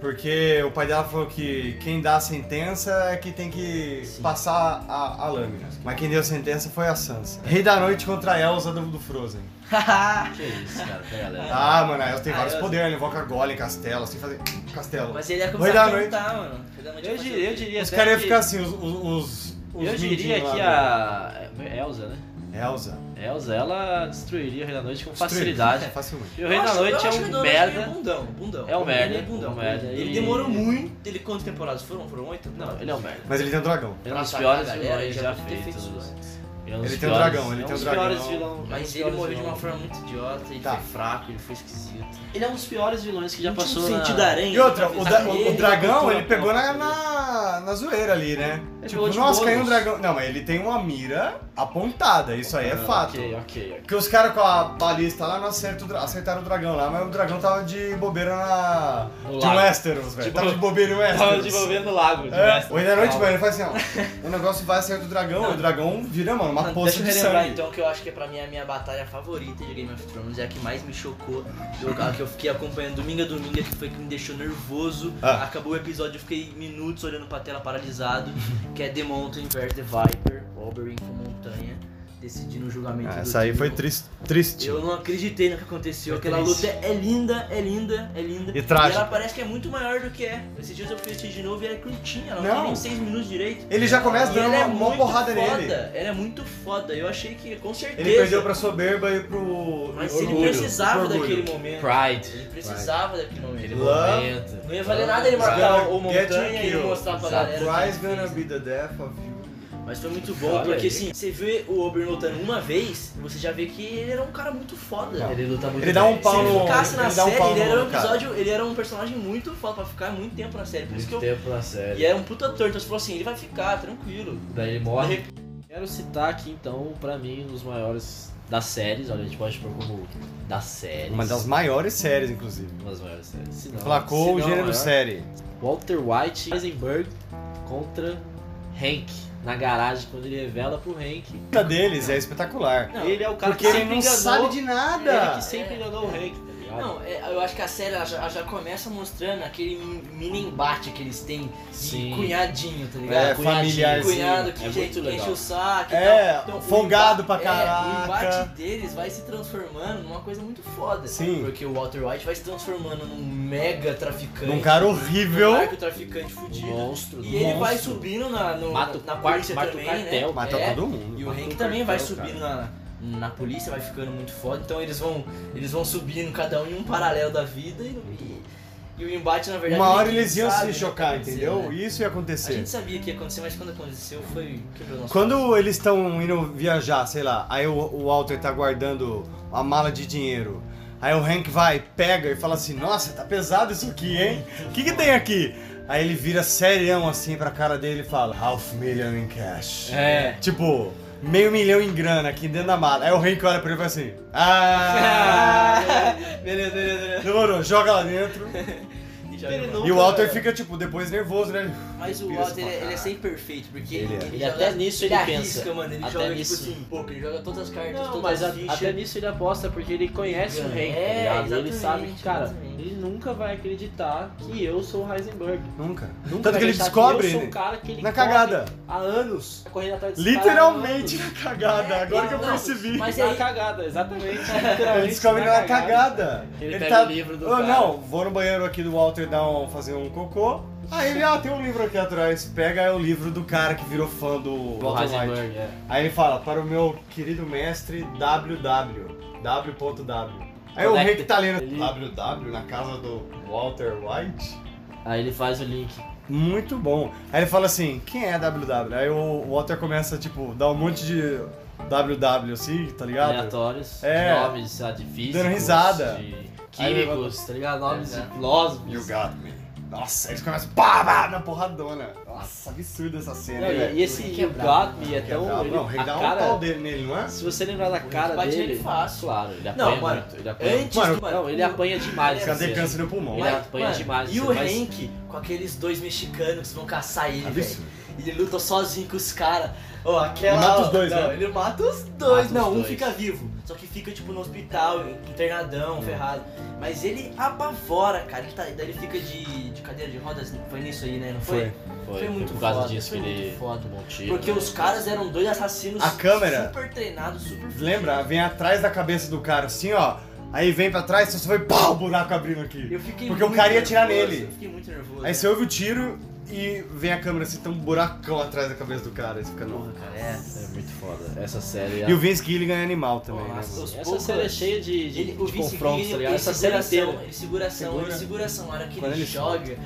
Speaker 3: Porque o pai dela falou que quem dá a sentença é que tem que
Speaker 2: Sim.
Speaker 3: passar a, a lâmina. Mas quem deu a sentença foi a Sansa. Rei da noite contra a Elsa do, do Frozen.
Speaker 1: Que isso, cara, tá galera.
Speaker 3: Ah, mano, a Elsa tem
Speaker 2: A
Speaker 3: vários
Speaker 2: Elsa-
Speaker 3: poderes. Ela invoca golem, castelo, assim, fazer... Castelo.
Speaker 2: mas ele ia
Speaker 3: Rei
Speaker 2: começar
Speaker 3: da
Speaker 2: a
Speaker 3: Noite.
Speaker 2: cantar, mano. Rei da Noite
Speaker 1: Eu
Speaker 2: ia fazer
Speaker 1: diria, eu
Speaker 2: o quê?
Speaker 1: diria.
Speaker 3: Os
Speaker 1: até
Speaker 3: caras iam
Speaker 1: que-
Speaker 3: ficar assim, os. os, os, os
Speaker 1: Eu diria
Speaker 3: mindinhos
Speaker 1: que
Speaker 3: lá,
Speaker 1: a. Elsa, né?
Speaker 3: né? Elsa.
Speaker 1: Elsa, ela destruiria o Rei da Noite com
Speaker 3: Destruiu.
Speaker 1: facilidade.
Speaker 3: Facilmente.
Speaker 1: E o Rei
Speaker 2: Eu
Speaker 1: da
Speaker 2: acho- eu
Speaker 1: Noite é
Speaker 2: acho que o Rei da
Speaker 1: um
Speaker 2: Noite meio
Speaker 1: merda.
Speaker 2: Bundão, bundão.
Speaker 1: É um merda,
Speaker 2: Ele é bundão.
Speaker 1: é um merda.
Speaker 2: Ele
Speaker 1: E-
Speaker 2: demorou muito. Ele quantas temporadas foram? Foram oito?
Speaker 1: Não, ele é um merda.
Speaker 3: Mas ele tem um dragão.
Speaker 1: Ele é um dos
Speaker 2: Nossa,
Speaker 1: piores
Speaker 2: a galera
Speaker 1: vilões já
Speaker 2: já podia ter feito
Speaker 1: feitos.
Speaker 2: isso antes.
Speaker 1: Ele é um dos
Speaker 3: Ele tem um
Speaker 1: piores-
Speaker 3: dragão, ele
Speaker 1: é um
Speaker 3: tem um
Speaker 1: dos piores
Speaker 3: dragão.
Speaker 1: vilões. é um dos
Speaker 2: Mas ele
Speaker 1: piores
Speaker 2: morreu de uma
Speaker 1: vilões.
Speaker 2: forma muito idiota, ele
Speaker 3: Tá.
Speaker 2: foi fraco, ele foi esquisito.
Speaker 1: Ele é um dos piores vilões que já
Speaker 2: Não tinha
Speaker 1: passou
Speaker 2: um
Speaker 1: na...
Speaker 2: sentido aranha.
Speaker 3: E outra,
Speaker 2: ele
Speaker 3: o,
Speaker 2: tá
Speaker 3: dra-
Speaker 2: com
Speaker 3: o
Speaker 2: ele, ele
Speaker 3: dragão
Speaker 1: botou
Speaker 3: ele
Speaker 1: na
Speaker 3: pegou na,
Speaker 1: ponta
Speaker 3: na, na zoeira ali, né?
Speaker 1: pegou
Speaker 3: Tipo,
Speaker 1: de
Speaker 3: nossa, caiu um
Speaker 1: bônus.
Speaker 3: dragão. Não, mas ele tem uma mira apontada, isso aí é fato.
Speaker 1: Ah, Ok, ok, ok.
Speaker 3: Porque os caras com a balista lá não acertam o dra- acertaram o dragão lá, mas o dragão tava de bobeira na.
Speaker 1: No
Speaker 3: de um
Speaker 1: lago.
Speaker 3: Westeros, velho.
Speaker 1: Tipo,
Speaker 3: Tava de bobeira em Westeros.
Speaker 1: Tava desenvolvendo o lago. de
Speaker 3: É,
Speaker 1: resto.
Speaker 3: hoje à noite, mano, ele faz assim, ó. o negócio vai sair do dragão, e o dragão vira, mano, uma
Speaker 2: Mano,
Speaker 3: poça
Speaker 2: Deixa eu
Speaker 3: de
Speaker 2: relembrar
Speaker 3: sangue.
Speaker 2: então que eu acho que é pra mim a minha batalha favorita de Game of Thrones, é a que mais me chocou,
Speaker 3: Uhum.
Speaker 2: eu- a é que eu fiquei acompanhando domingo a domingo, que foi que me deixou nervoso.
Speaker 3: Ah.
Speaker 2: Acabou o episódio, eu fiquei minutos olhando pra tela paralisado, que é The Mountain vs The Viper, Wolverine com montanha, decidindo o julgamento do
Speaker 3: É, Ah, Essa aí
Speaker 2: time.
Speaker 3: foi tris- triste.
Speaker 2: então. Eu não acreditei no que aconteceu.
Speaker 4: Foi
Speaker 2: Aquela
Speaker 4: triste.
Speaker 2: luta é linda, é linda, é linda.
Speaker 3: E trágica.
Speaker 2: ela parece que é muito maior do que é. Esses dias eu fui assistir de novo e era curtinha, ela não,
Speaker 3: Não.
Speaker 2: tem nem 6 minutos direito.
Speaker 3: Ele já começa
Speaker 2: E
Speaker 3: dando
Speaker 2: ela é
Speaker 3: uma, mó
Speaker 2: muito
Speaker 3: porrada
Speaker 2: foda,
Speaker 3: nele.
Speaker 2: Ela é muito foda. Eu achei que, com certeza.
Speaker 3: Ele perdeu pra soberba e pro.
Speaker 2: Mas
Speaker 3: orgulho.
Speaker 2: ele precisava
Speaker 3: Orgulho.
Speaker 2: daquele momento.
Speaker 1: Pride.
Speaker 2: Ele precisava daquele momento.
Speaker 1: Aquele
Speaker 3: Love.
Speaker 1: momento.
Speaker 2: Não ia valer nada ele marcar
Speaker 3: Gonna
Speaker 2: o
Speaker 3: get you
Speaker 2: montanha e
Speaker 3: killed.
Speaker 2: mostrar pra galera. o que
Speaker 3: Surprise
Speaker 2: ele
Speaker 3: gonna
Speaker 2: fez. né?
Speaker 3: be the death of you.
Speaker 2: Mas foi muito bom,
Speaker 1: Olha
Speaker 2: porque
Speaker 1: aí.
Speaker 2: assim, você vê o Oberyn lutando uma vez, você já vê que ele era um cara muito foda.
Speaker 3: Não.
Speaker 1: Ele luta muito
Speaker 3: Ele dá um
Speaker 1: bem. assim,
Speaker 3: pau
Speaker 2: Se ele
Speaker 3: no-
Speaker 2: ficasse na
Speaker 3: ele dá um
Speaker 2: série,
Speaker 3: pau
Speaker 2: ele
Speaker 3: no
Speaker 2: era um
Speaker 3: cara.
Speaker 2: episódio, ele era um personagem muito foda pra ficar muito tempo na série. Por isso que
Speaker 1: Muito
Speaker 2: eu.
Speaker 1: tempo na série.
Speaker 2: E era um puta ator, então você falou assim, ele vai ficar, tranquilo.
Speaker 1: Daí ele
Speaker 2: De
Speaker 1: morre.
Speaker 2: repente,
Speaker 1: Quero citar aqui então, pra mim, um dos maiores das séries. Olha, a gente pode pôr como das séries.
Speaker 3: Uma das maiores séries, inclusive.
Speaker 1: Uma das maiores séries. Se não, se
Speaker 3: Placou
Speaker 1: não
Speaker 3: o
Speaker 1: a
Speaker 3: gênero
Speaker 1: maior.
Speaker 3: série.
Speaker 1: Walter White Heisenberg contra Hank na garagem quando ele revela pro Hank.
Speaker 3: A luta deles é espetacular.
Speaker 2: Não,
Speaker 1: ele é o cara
Speaker 3: Porque
Speaker 1: que
Speaker 3: ele
Speaker 1: sempre
Speaker 3: não
Speaker 1: enganou,
Speaker 3: sabe de
Speaker 1: Ele
Speaker 3: nada.
Speaker 1: que sempre enganou o Hank, tá ligado?
Speaker 2: Não, é, eu acho que a série ela já, ela já começa mostrando aquele mini embate que eles têm de
Speaker 1: Sim.
Speaker 2: cunhadinho, tá ligado?
Speaker 3: É,
Speaker 1: Cunhadinho,
Speaker 3: familiarzinho.
Speaker 2: cunhado que,
Speaker 1: é
Speaker 2: gente
Speaker 1: muito
Speaker 2: que enche
Speaker 1: legal.
Speaker 2: o saco. e
Speaker 3: É,
Speaker 2: tal. Então, o
Speaker 3: folgado pra
Speaker 2: emba- É, o
Speaker 3: caraca.
Speaker 2: embate deles vai se transformando numa coisa muito foda.
Speaker 3: Sim.
Speaker 2: Porque o Walter White vai se transformando num mega traficante.
Speaker 3: Num cara
Speaker 2: Um
Speaker 3: horrível.
Speaker 2: narcotraficante fudido.
Speaker 1: monstro,
Speaker 2: E ele vai
Speaker 1: monstro.
Speaker 2: subindo na, no,
Speaker 1: Mata o
Speaker 2: na
Speaker 1: quarto,
Speaker 2: polícia
Speaker 1: mata o
Speaker 2: também,
Speaker 1: cartel.
Speaker 2: né?
Speaker 3: Matou
Speaker 2: É.
Speaker 3: todo
Speaker 2: E
Speaker 3: mundo.
Speaker 2: o
Speaker 1: Mata
Speaker 2: Hank
Speaker 1: o
Speaker 2: também vai
Speaker 1: cartel,
Speaker 2: subindo na, na polícia, vai ficando muito foda. Então eles vão, eles vão subindo, cada um em um paralelo da vida e, e- e o embate, na verdade...
Speaker 3: Uma hora
Speaker 2: ninguém
Speaker 3: eles iam
Speaker 2: sabe
Speaker 3: se
Speaker 2: o que
Speaker 3: chocar,
Speaker 2: aconteceu,
Speaker 3: entendeu?
Speaker 2: né?
Speaker 3: Isso ia
Speaker 2: A
Speaker 3: acontecer.
Speaker 2: gente sabia que ia acontecer, mas quando aconteceu foi quebrou nosso coração.
Speaker 3: Quando eles estão indo viajar, sei lá, aí o, o Walter tá guardando a mala de dinheiro. Aí o Hank vai, pega e fala assim: Nossa, tá pesado isso aqui, hein? O que, que tem aqui? Aí ele vira serião assim pra cara dele e fala: Half million in cash.
Speaker 1: É.
Speaker 3: Tipo, meio milhão em grana aqui dentro da mala. Aí o Hank olha pra ele e fala assim: Ah!
Speaker 2: beleza, beleza, beleza.
Speaker 3: Demorou, joga lá dentro.
Speaker 2: E já era.
Speaker 1: tá
Speaker 3: E o Walter fica, tipo, depois nervoso, né?
Speaker 2: Mas o
Speaker 3: Vira-se
Speaker 2: Walter,
Speaker 3: pra
Speaker 2: ele, ele é
Speaker 3: cá.
Speaker 2: sempre perfeito, porque
Speaker 3: Ele
Speaker 2: ele,
Speaker 3: é.
Speaker 1: Ele até nisso ele
Speaker 2: arrisca,
Speaker 1: pensa.
Speaker 2: mano. Ele
Speaker 1: Até
Speaker 2: joga,
Speaker 1: nisso.
Speaker 2: tipo assim, poker, ele joga todas as cartas,
Speaker 1: Não,
Speaker 2: todas
Speaker 1: mas a-
Speaker 2: as fichas.
Speaker 1: até nisso ele aposta porque ele conhece o
Speaker 2: É,
Speaker 1: Hank, tá ligado? Ele
Speaker 2: exatamente,
Speaker 1: sabe que, cara,
Speaker 2: exatamente.
Speaker 1: ele nunca vai acreditar que eu sou o Heisenberg. Nunca
Speaker 3: Nunca. Tanto
Speaker 1: vai
Speaker 3: que ele
Speaker 1: acreditar
Speaker 3: descobre
Speaker 1: eu sou o cara que ele
Speaker 3: na
Speaker 1: corre
Speaker 3: cagada.
Speaker 1: Há anos. Tá correndo atrás desse cara é há
Speaker 3: Literalmente
Speaker 1: anos.
Speaker 3: na cagada, agora que eu
Speaker 2: não,
Speaker 3: percebi.
Speaker 2: mas
Speaker 1: na
Speaker 2: aí-
Speaker 1: cagada, exatamente.
Speaker 3: Ele
Speaker 1: Literalmente
Speaker 3: descobre na cagada.
Speaker 1: Ele pega o livro do
Speaker 3: "Ah,
Speaker 1: cara."
Speaker 3: Não, vou no banheiro aqui do Walter dar um, fazer um cocô. Aí ele, ah, tem um livro aqui atrás. Pega é o livro do cara que virou fã do
Speaker 1: Do
Speaker 3: Walter White.
Speaker 1: Heisenberg, é.
Speaker 3: Aí ele fala, para o meu querido mestre WW. W.W. Aí o
Speaker 1: Conecta.
Speaker 3: Rick tá lendo
Speaker 1: Ele-
Speaker 3: WW na casa do Walter White.
Speaker 1: Aí ele faz o link.
Speaker 3: Muito bom. Aí ele fala assim, quem é WW? Aí o Walter começa, tipo, dar um monte de WW assim, tá ligado?
Speaker 1: Aleatórios,
Speaker 3: É.
Speaker 1: de nomes sei lá, de físicos,
Speaker 3: Dando risada.
Speaker 1: de
Speaker 3: Aí
Speaker 1: químicos, tá ligado? Nomes
Speaker 2: É,
Speaker 1: de filósofos.
Speaker 3: You got me. Nossa, eles começam pá, pá, na porradona. Nossa, absurdo essa
Speaker 1: Não,
Speaker 3: cena,
Speaker 1: e,
Speaker 3: velho.
Speaker 1: e esse
Speaker 2: Ele
Speaker 1: You
Speaker 2: quebra,
Speaker 1: Got Me é
Speaker 3: Que é
Speaker 1: tão.
Speaker 3: brabo.
Speaker 1: ele-
Speaker 3: Não, ele
Speaker 1: a
Speaker 3: dá um
Speaker 1: cara-
Speaker 3: pau dele nele, não é?
Speaker 1: Se você lembrar da cara
Speaker 2: bate
Speaker 1: dele,
Speaker 2: nele fácil.
Speaker 1: claro, ele apanha
Speaker 2: Não, mano,
Speaker 1: muito, ele apanha
Speaker 2: Antes
Speaker 3: Mano,
Speaker 2: do...
Speaker 1: Não, ele apanha demais. assim.
Speaker 2: Esse
Speaker 1: essa
Speaker 3: Cadê
Speaker 1: cena.
Speaker 3: câncer no pulmão?
Speaker 1: Ele
Speaker 2: Mas,
Speaker 1: apanha
Speaker 2: mano,
Speaker 1: demais,
Speaker 2: E o
Speaker 1: mas-
Speaker 2: Hank com aqueles dois mexicanos que vão caçar ele, velho.
Speaker 3: Absurdo.
Speaker 2: Ele luta sozinho com os caras. Ó, aquela.
Speaker 3: Ele mata os dois,
Speaker 2: não,
Speaker 3: né?
Speaker 2: Ele mata os dois.
Speaker 1: Mata os
Speaker 2: não, um
Speaker 1: dois.
Speaker 2: fica vivo. Só que fica, tipo, no hospital,
Speaker 1: É.
Speaker 2: internadão, ferrado. Mas ele apavora, cara. Ele tá, daí ele fica de, de cadeira de rodas. Foi nisso aí, né? Não foi?
Speaker 1: Foi,
Speaker 2: Foi
Speaker 1: foi
Speaker 2: muito
Speaker 1: por causa
Speaker 2: foda,
Speaker 1: disso que
Speaker 2: foi
Speaker 1: ele
Speaker 2: muito foda.
Speaker 1: tomou um tiro.
Speaker 2: Porque os caras eram dois assassinos
Speaker 3: A câmera-
Speaker 2: super treinados, super.
Speaker 3: Lembra? Vem atrás da cabeça do cara assim, ó. Aí vem pra trás, só você vai pau, buraco abrindo aqui.
Speaker 2: Eu fiquei
Speaker 3: Porque o
Speaker 2: muito
Speaker 3: cara ia atirar
Speaker 2: nervoso,
Speaker 3: nele.
Speaker 2: Eu fiquei muito nervoso.
Speaker 3: Aí você ouve o tiro e vem a câmera assim, tem um buracão atrás da cabeça do cara. Aí você fica, não.
Speaker 2: Cara, é.
Speaker 1: É muito foda. Essa série.
Speaker 3: E o Vince Gilligan é animal também, né?
Speaker 2: Nossa,
Speaker 3: mano?
Speaker 2: os
Speaker 1: Essa
Speaker 2: poucos-
Speaker 1: série é cheia de, de,
Speaker 2: Ele,
Speaker 1: de
Speaker 2: o vice
Speaker 1: confrontos, tá ligado? Essa série inteira.
Speaker 2: Ele segura ação,
Speaker 3: Segura.
Speaker 2: ele segura ação. A hora que
Speaker 3: Quando
Speaker 2: ele
Speaker 3: ele
Speaker 2: joga,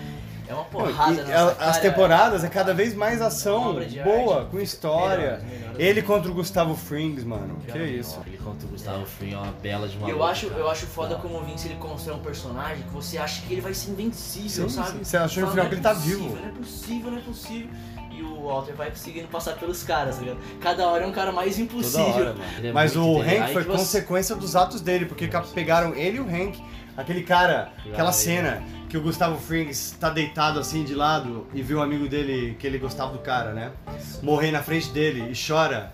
Speaker 2: é uma
Speaker 3: Não, e
Speaker 2: porrada na
Speaker 3: a-
Speaker 2: nossa
Speaker 3: as
Speaker 2: cara.
Speaker 3: temporadas é cada vez mais ação
Speaker 2: Obra de
Speaker 3: boa,
Speaker 2: arte.
Speaker 3: com história.
Speaker 2: Melhor, melhor.
Speaker 3: Ele contra o Gustavo Frings, mano. Que é
Speaker 2: Melhor,
Speaker 3: isso.
Speaker 1: Ele contra o Gustavo Fring é uma bela de uma
Speaker 2: é Eu
Speaker 1: luta,
Speaker 2: acho,
Speaker 1: cara.
Speaker 2: eu acho foda
Speaker 1: Não.
Speaker 2: como o Vince ele constrói um personagem que você acha que ele vai ser invencível,
Speaker 3: Sim,
Speaker 2: sabe?
Speaker 3: sim. Você achou no
Speaker 2: Fala,
Speaker 3: final que ele
Speaker 2: não
Speaker 3: tá
Speaker 2: é possível,
Speaker 3: vivo.
Speaker 2: Não é possível, não é possível. E o Walter vai conseguindo passar pelos caras, tá ligado? Cada hora é um cara mais
Speaker 3: Toda
Speaker 2: impossível.
Speaker 3: hora, mano.
Speaker 1: Ele é
Speaker 3: Mas
Speaker 1: muito
Speaker 3: o
Speaker 1: inteligente.
Speaker 3: Hank
Speaker 1: Aí
Speaker 3: foi
Speaker 1: que você-
Speaker 3: consequência dos atos dele, porque cap- pegaram ele e o Hank. Aquele cara, aquela
Speaker 1: Pegaram ele.
Speaker 3: cena que o Gustavo Frings tá deitado assim de lado e vê o amigo dele, que ele gostava do cara, né? Morrer na frente dele e chora.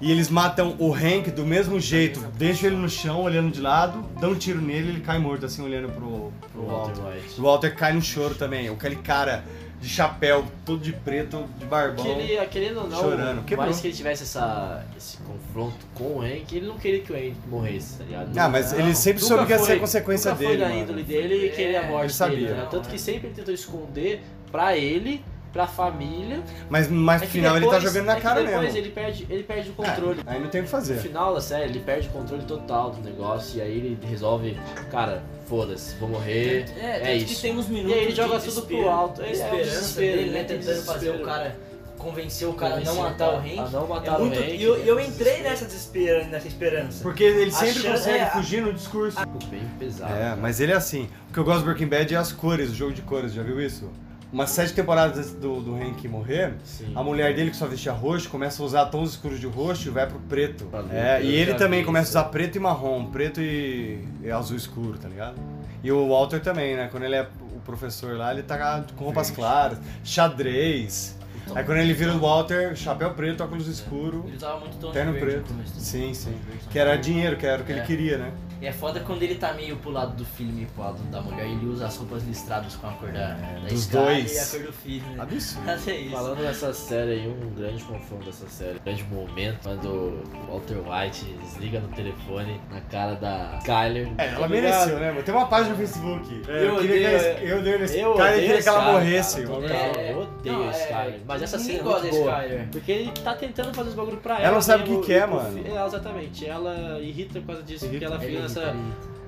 Speaker 3: E eles matam o Hank do mesmo jeito, deixam ele no chão olhando de lado, dão um tiro nele e ele cai morto, assim, olhando pro, pro
Speaker 1: O Walter
Speaker 3: Walter.
Speaker 1: White.
Speaker 3: O Walter cai no choro também, aquele cara de chapéu, todo de preto, de barbão.
Speaker 1: Aquele, querendo ou não,
Speaker 3: Chorando.
Speaker 1: por
Speaker 3: Quebrou.
Speaker 1: mais que ele tivesse essa, esse confronto com o Hank, ele não queria que o Hank morresse, tá ligado?
Speaker 3: Ah, mas ele sempre
Speaker 1: Nunca
Speaker 3: soube que ia ser
Speaker 1: foi-
Speaker 3: a consequência
Speaker 1: nunca
Speaker 3: dele.
Speaker 1: foi da
Speaker 3: mano.
Speaker 1: índole dele e querer a
Speaker 2: É,
Speaker 1: morte
Speaker 3: ele sabia.
Speaker 1: dele, né? Tanto que sempre ele tentou esconder pra ele, pra família.
Speaker 3: Mas, mas
Speaker 1: É
Speaker 3: no
Speaker 1: que
Speaker 3: final ele tá
Speaker 1: depois-
Speaker 3: jogando na
Speaker 1: é que
Speaker 3: cara
Speaker 1: depois
Speaker 3: mesmo. Ah, É,
Speaker 1: ele perde, ele perde o controle.
Speaker 3: Aí não tem o que
Speaker 1: No
Speaker 3: fazer.
Speaker 1: final da série, ele perde o controle total do negócio e aí ele resolve, cara, foda-se, vou morrer.
Speaker 2: É,
Speaker 1: É
Speaker 2: tanto que
Speaker 1: isso.
Speaker 2: tem uns
Speaker 1: E
Speaker 2: minutos.
Speaker 1: aí ele
Speaker 2: de
Speaker 1: joga
Speaker 2: desespero,
Speaker 1: tudo pro alto.
Speaker 2: de
Speaker 1: É, é um
Speaker 2: esperança
Speaker 1: desespero,
Speaker 2: dele, né?
Speaker 1: tem
Speaker 2: Tentando fazer
Speaker 1: desespero.
Speaker 2: o cara. Convencer o cara a não
Speaker 1: Convencer
Speaker 2: matar o
Speaker 1: A
Speaker 2: Hank.
Speaker 1: não
Speaker 2: É
Speaker 1: matar
Speaker 2: muito.
Speaker 1: o Hank.
Speaker 2: E eu, eu entrei nessa, desespera, nessa esperança.
Speaker 3: Porque ele sempre
Speaker 2: chance-
Speaker 3: consegue
Speaker 2: é, a-
Speaker 3: fugir no discurso.
Speaker 1: Ficou bem pesado.
Speaker 3: É,
Speaker 1: cara.
Speaker 3: mas ele é assim. O que eu gosto do Breaking Bad é as cores, o jogo de cores, já viu isso? Umas sete temporadas antes do, do Hank morrer,
Speaker 1: Sim.
Speaker 3: a mulher dele que só vestia roxo começa a usar tons escuros de roxo e vai pro preto.
Speaker 5: Tá
Speaker 1: Valeu,
Speaker 3: É,
Speaker 1: eu
Speaker 3: e
Speaker 1: já
Speaker 3: ele
Speaker 1: vi
Speaker 3: também
Speaker 1: isso.
Speaker 3: começa a usar preto e marrom, preto e, e azul escuro, tá ligado? E o Walter também, né? Quando ele é o professor lá, ele tá com roupas claras, xadrez.
Speaker 5: Então.
Speaker 3: Aí quando ele vira o Walter, chapéu preto, óculos escuro.
Speaker 5: Ele tava muito tom
Speaker 3: Terno
Speaker 5: de verde no
Speaker 3: preto.
Speaker 5: começo.
Speaker 3: Sim, sim.
Speaker 5: Tom de
Speaker 3: Que era
Speaker 5: verde.
Speaker 3: dinheiro, que era o que
Speaker 5: É.
Speaker 3: ele queria, né?
Speaker 5: E é foda quando ele tá meio pro lado do filho, meio pro lado da mulher, ele usa as roupas listradas com a cor da,
Speaker 1: É,
Speaker 5: da
Speaker 3: dos
Speaker 5: escala
Speaker 3: dois.
Speaker 5: e a cor do filho, né?
Speaker 3: Absurdo.
Speaker 5: Mas é isso.
Speaker 1: Falando nessa série aí, um grande confronto dessa série, um grande momento, quando o Walter White desliga no telefone na cara da Skyler.
Speaker 3: É, ela
Speaker 1: Tá ligado?
Speaker 3: mereceu, né? mano? Tem uma página no Facebook. É, eu,
Speaker 1: Eu
Speaker 3: queria que
Speaker 1: odeio-
Speaker 3: ela, eu odeio nesse
Speaker 1: Eu
Speaker 3: cara, eu
Speaker 1: odeio
Speaker 3: queria que
Speaker 1: esse
Speaker 3: ela
Speaker 1: cara,
Speaker 3: morresse.
Speaker 1: cara,
Speaker 3: mano.
Speaker 1: total. Eu odeio
Speaker 2: Não,
Speaker 1: esse
Speaker 2: é,
Speaker 1: cara. Mas essa
Speaker 2: ninguém
Speaker 1: cena é
Speaker 2: gosta
Speaker 1: muito
Speaker 2: desse
Speaker 1: boa.
Speaker 2: cara.
Speaker 1: Porque ele tá tentando fazer os bagulho pra
Speaker 3: Ela
Speaker 1: ela.
Speaker 3: não sabe o que
Speaker 1: mesmo,
Speaker 3: que é,
Speaker 1: e pro
Speaker 3: mano.
Speaker 1: fi- É, exatamente. Ela irrita por causa disso, porque
Speaker 3: Irrita.
Speaker 1: ela fica
Speaker 2: é
Speaker 5: Ele-
Speaker 1: nessa
Speaker 5: ele-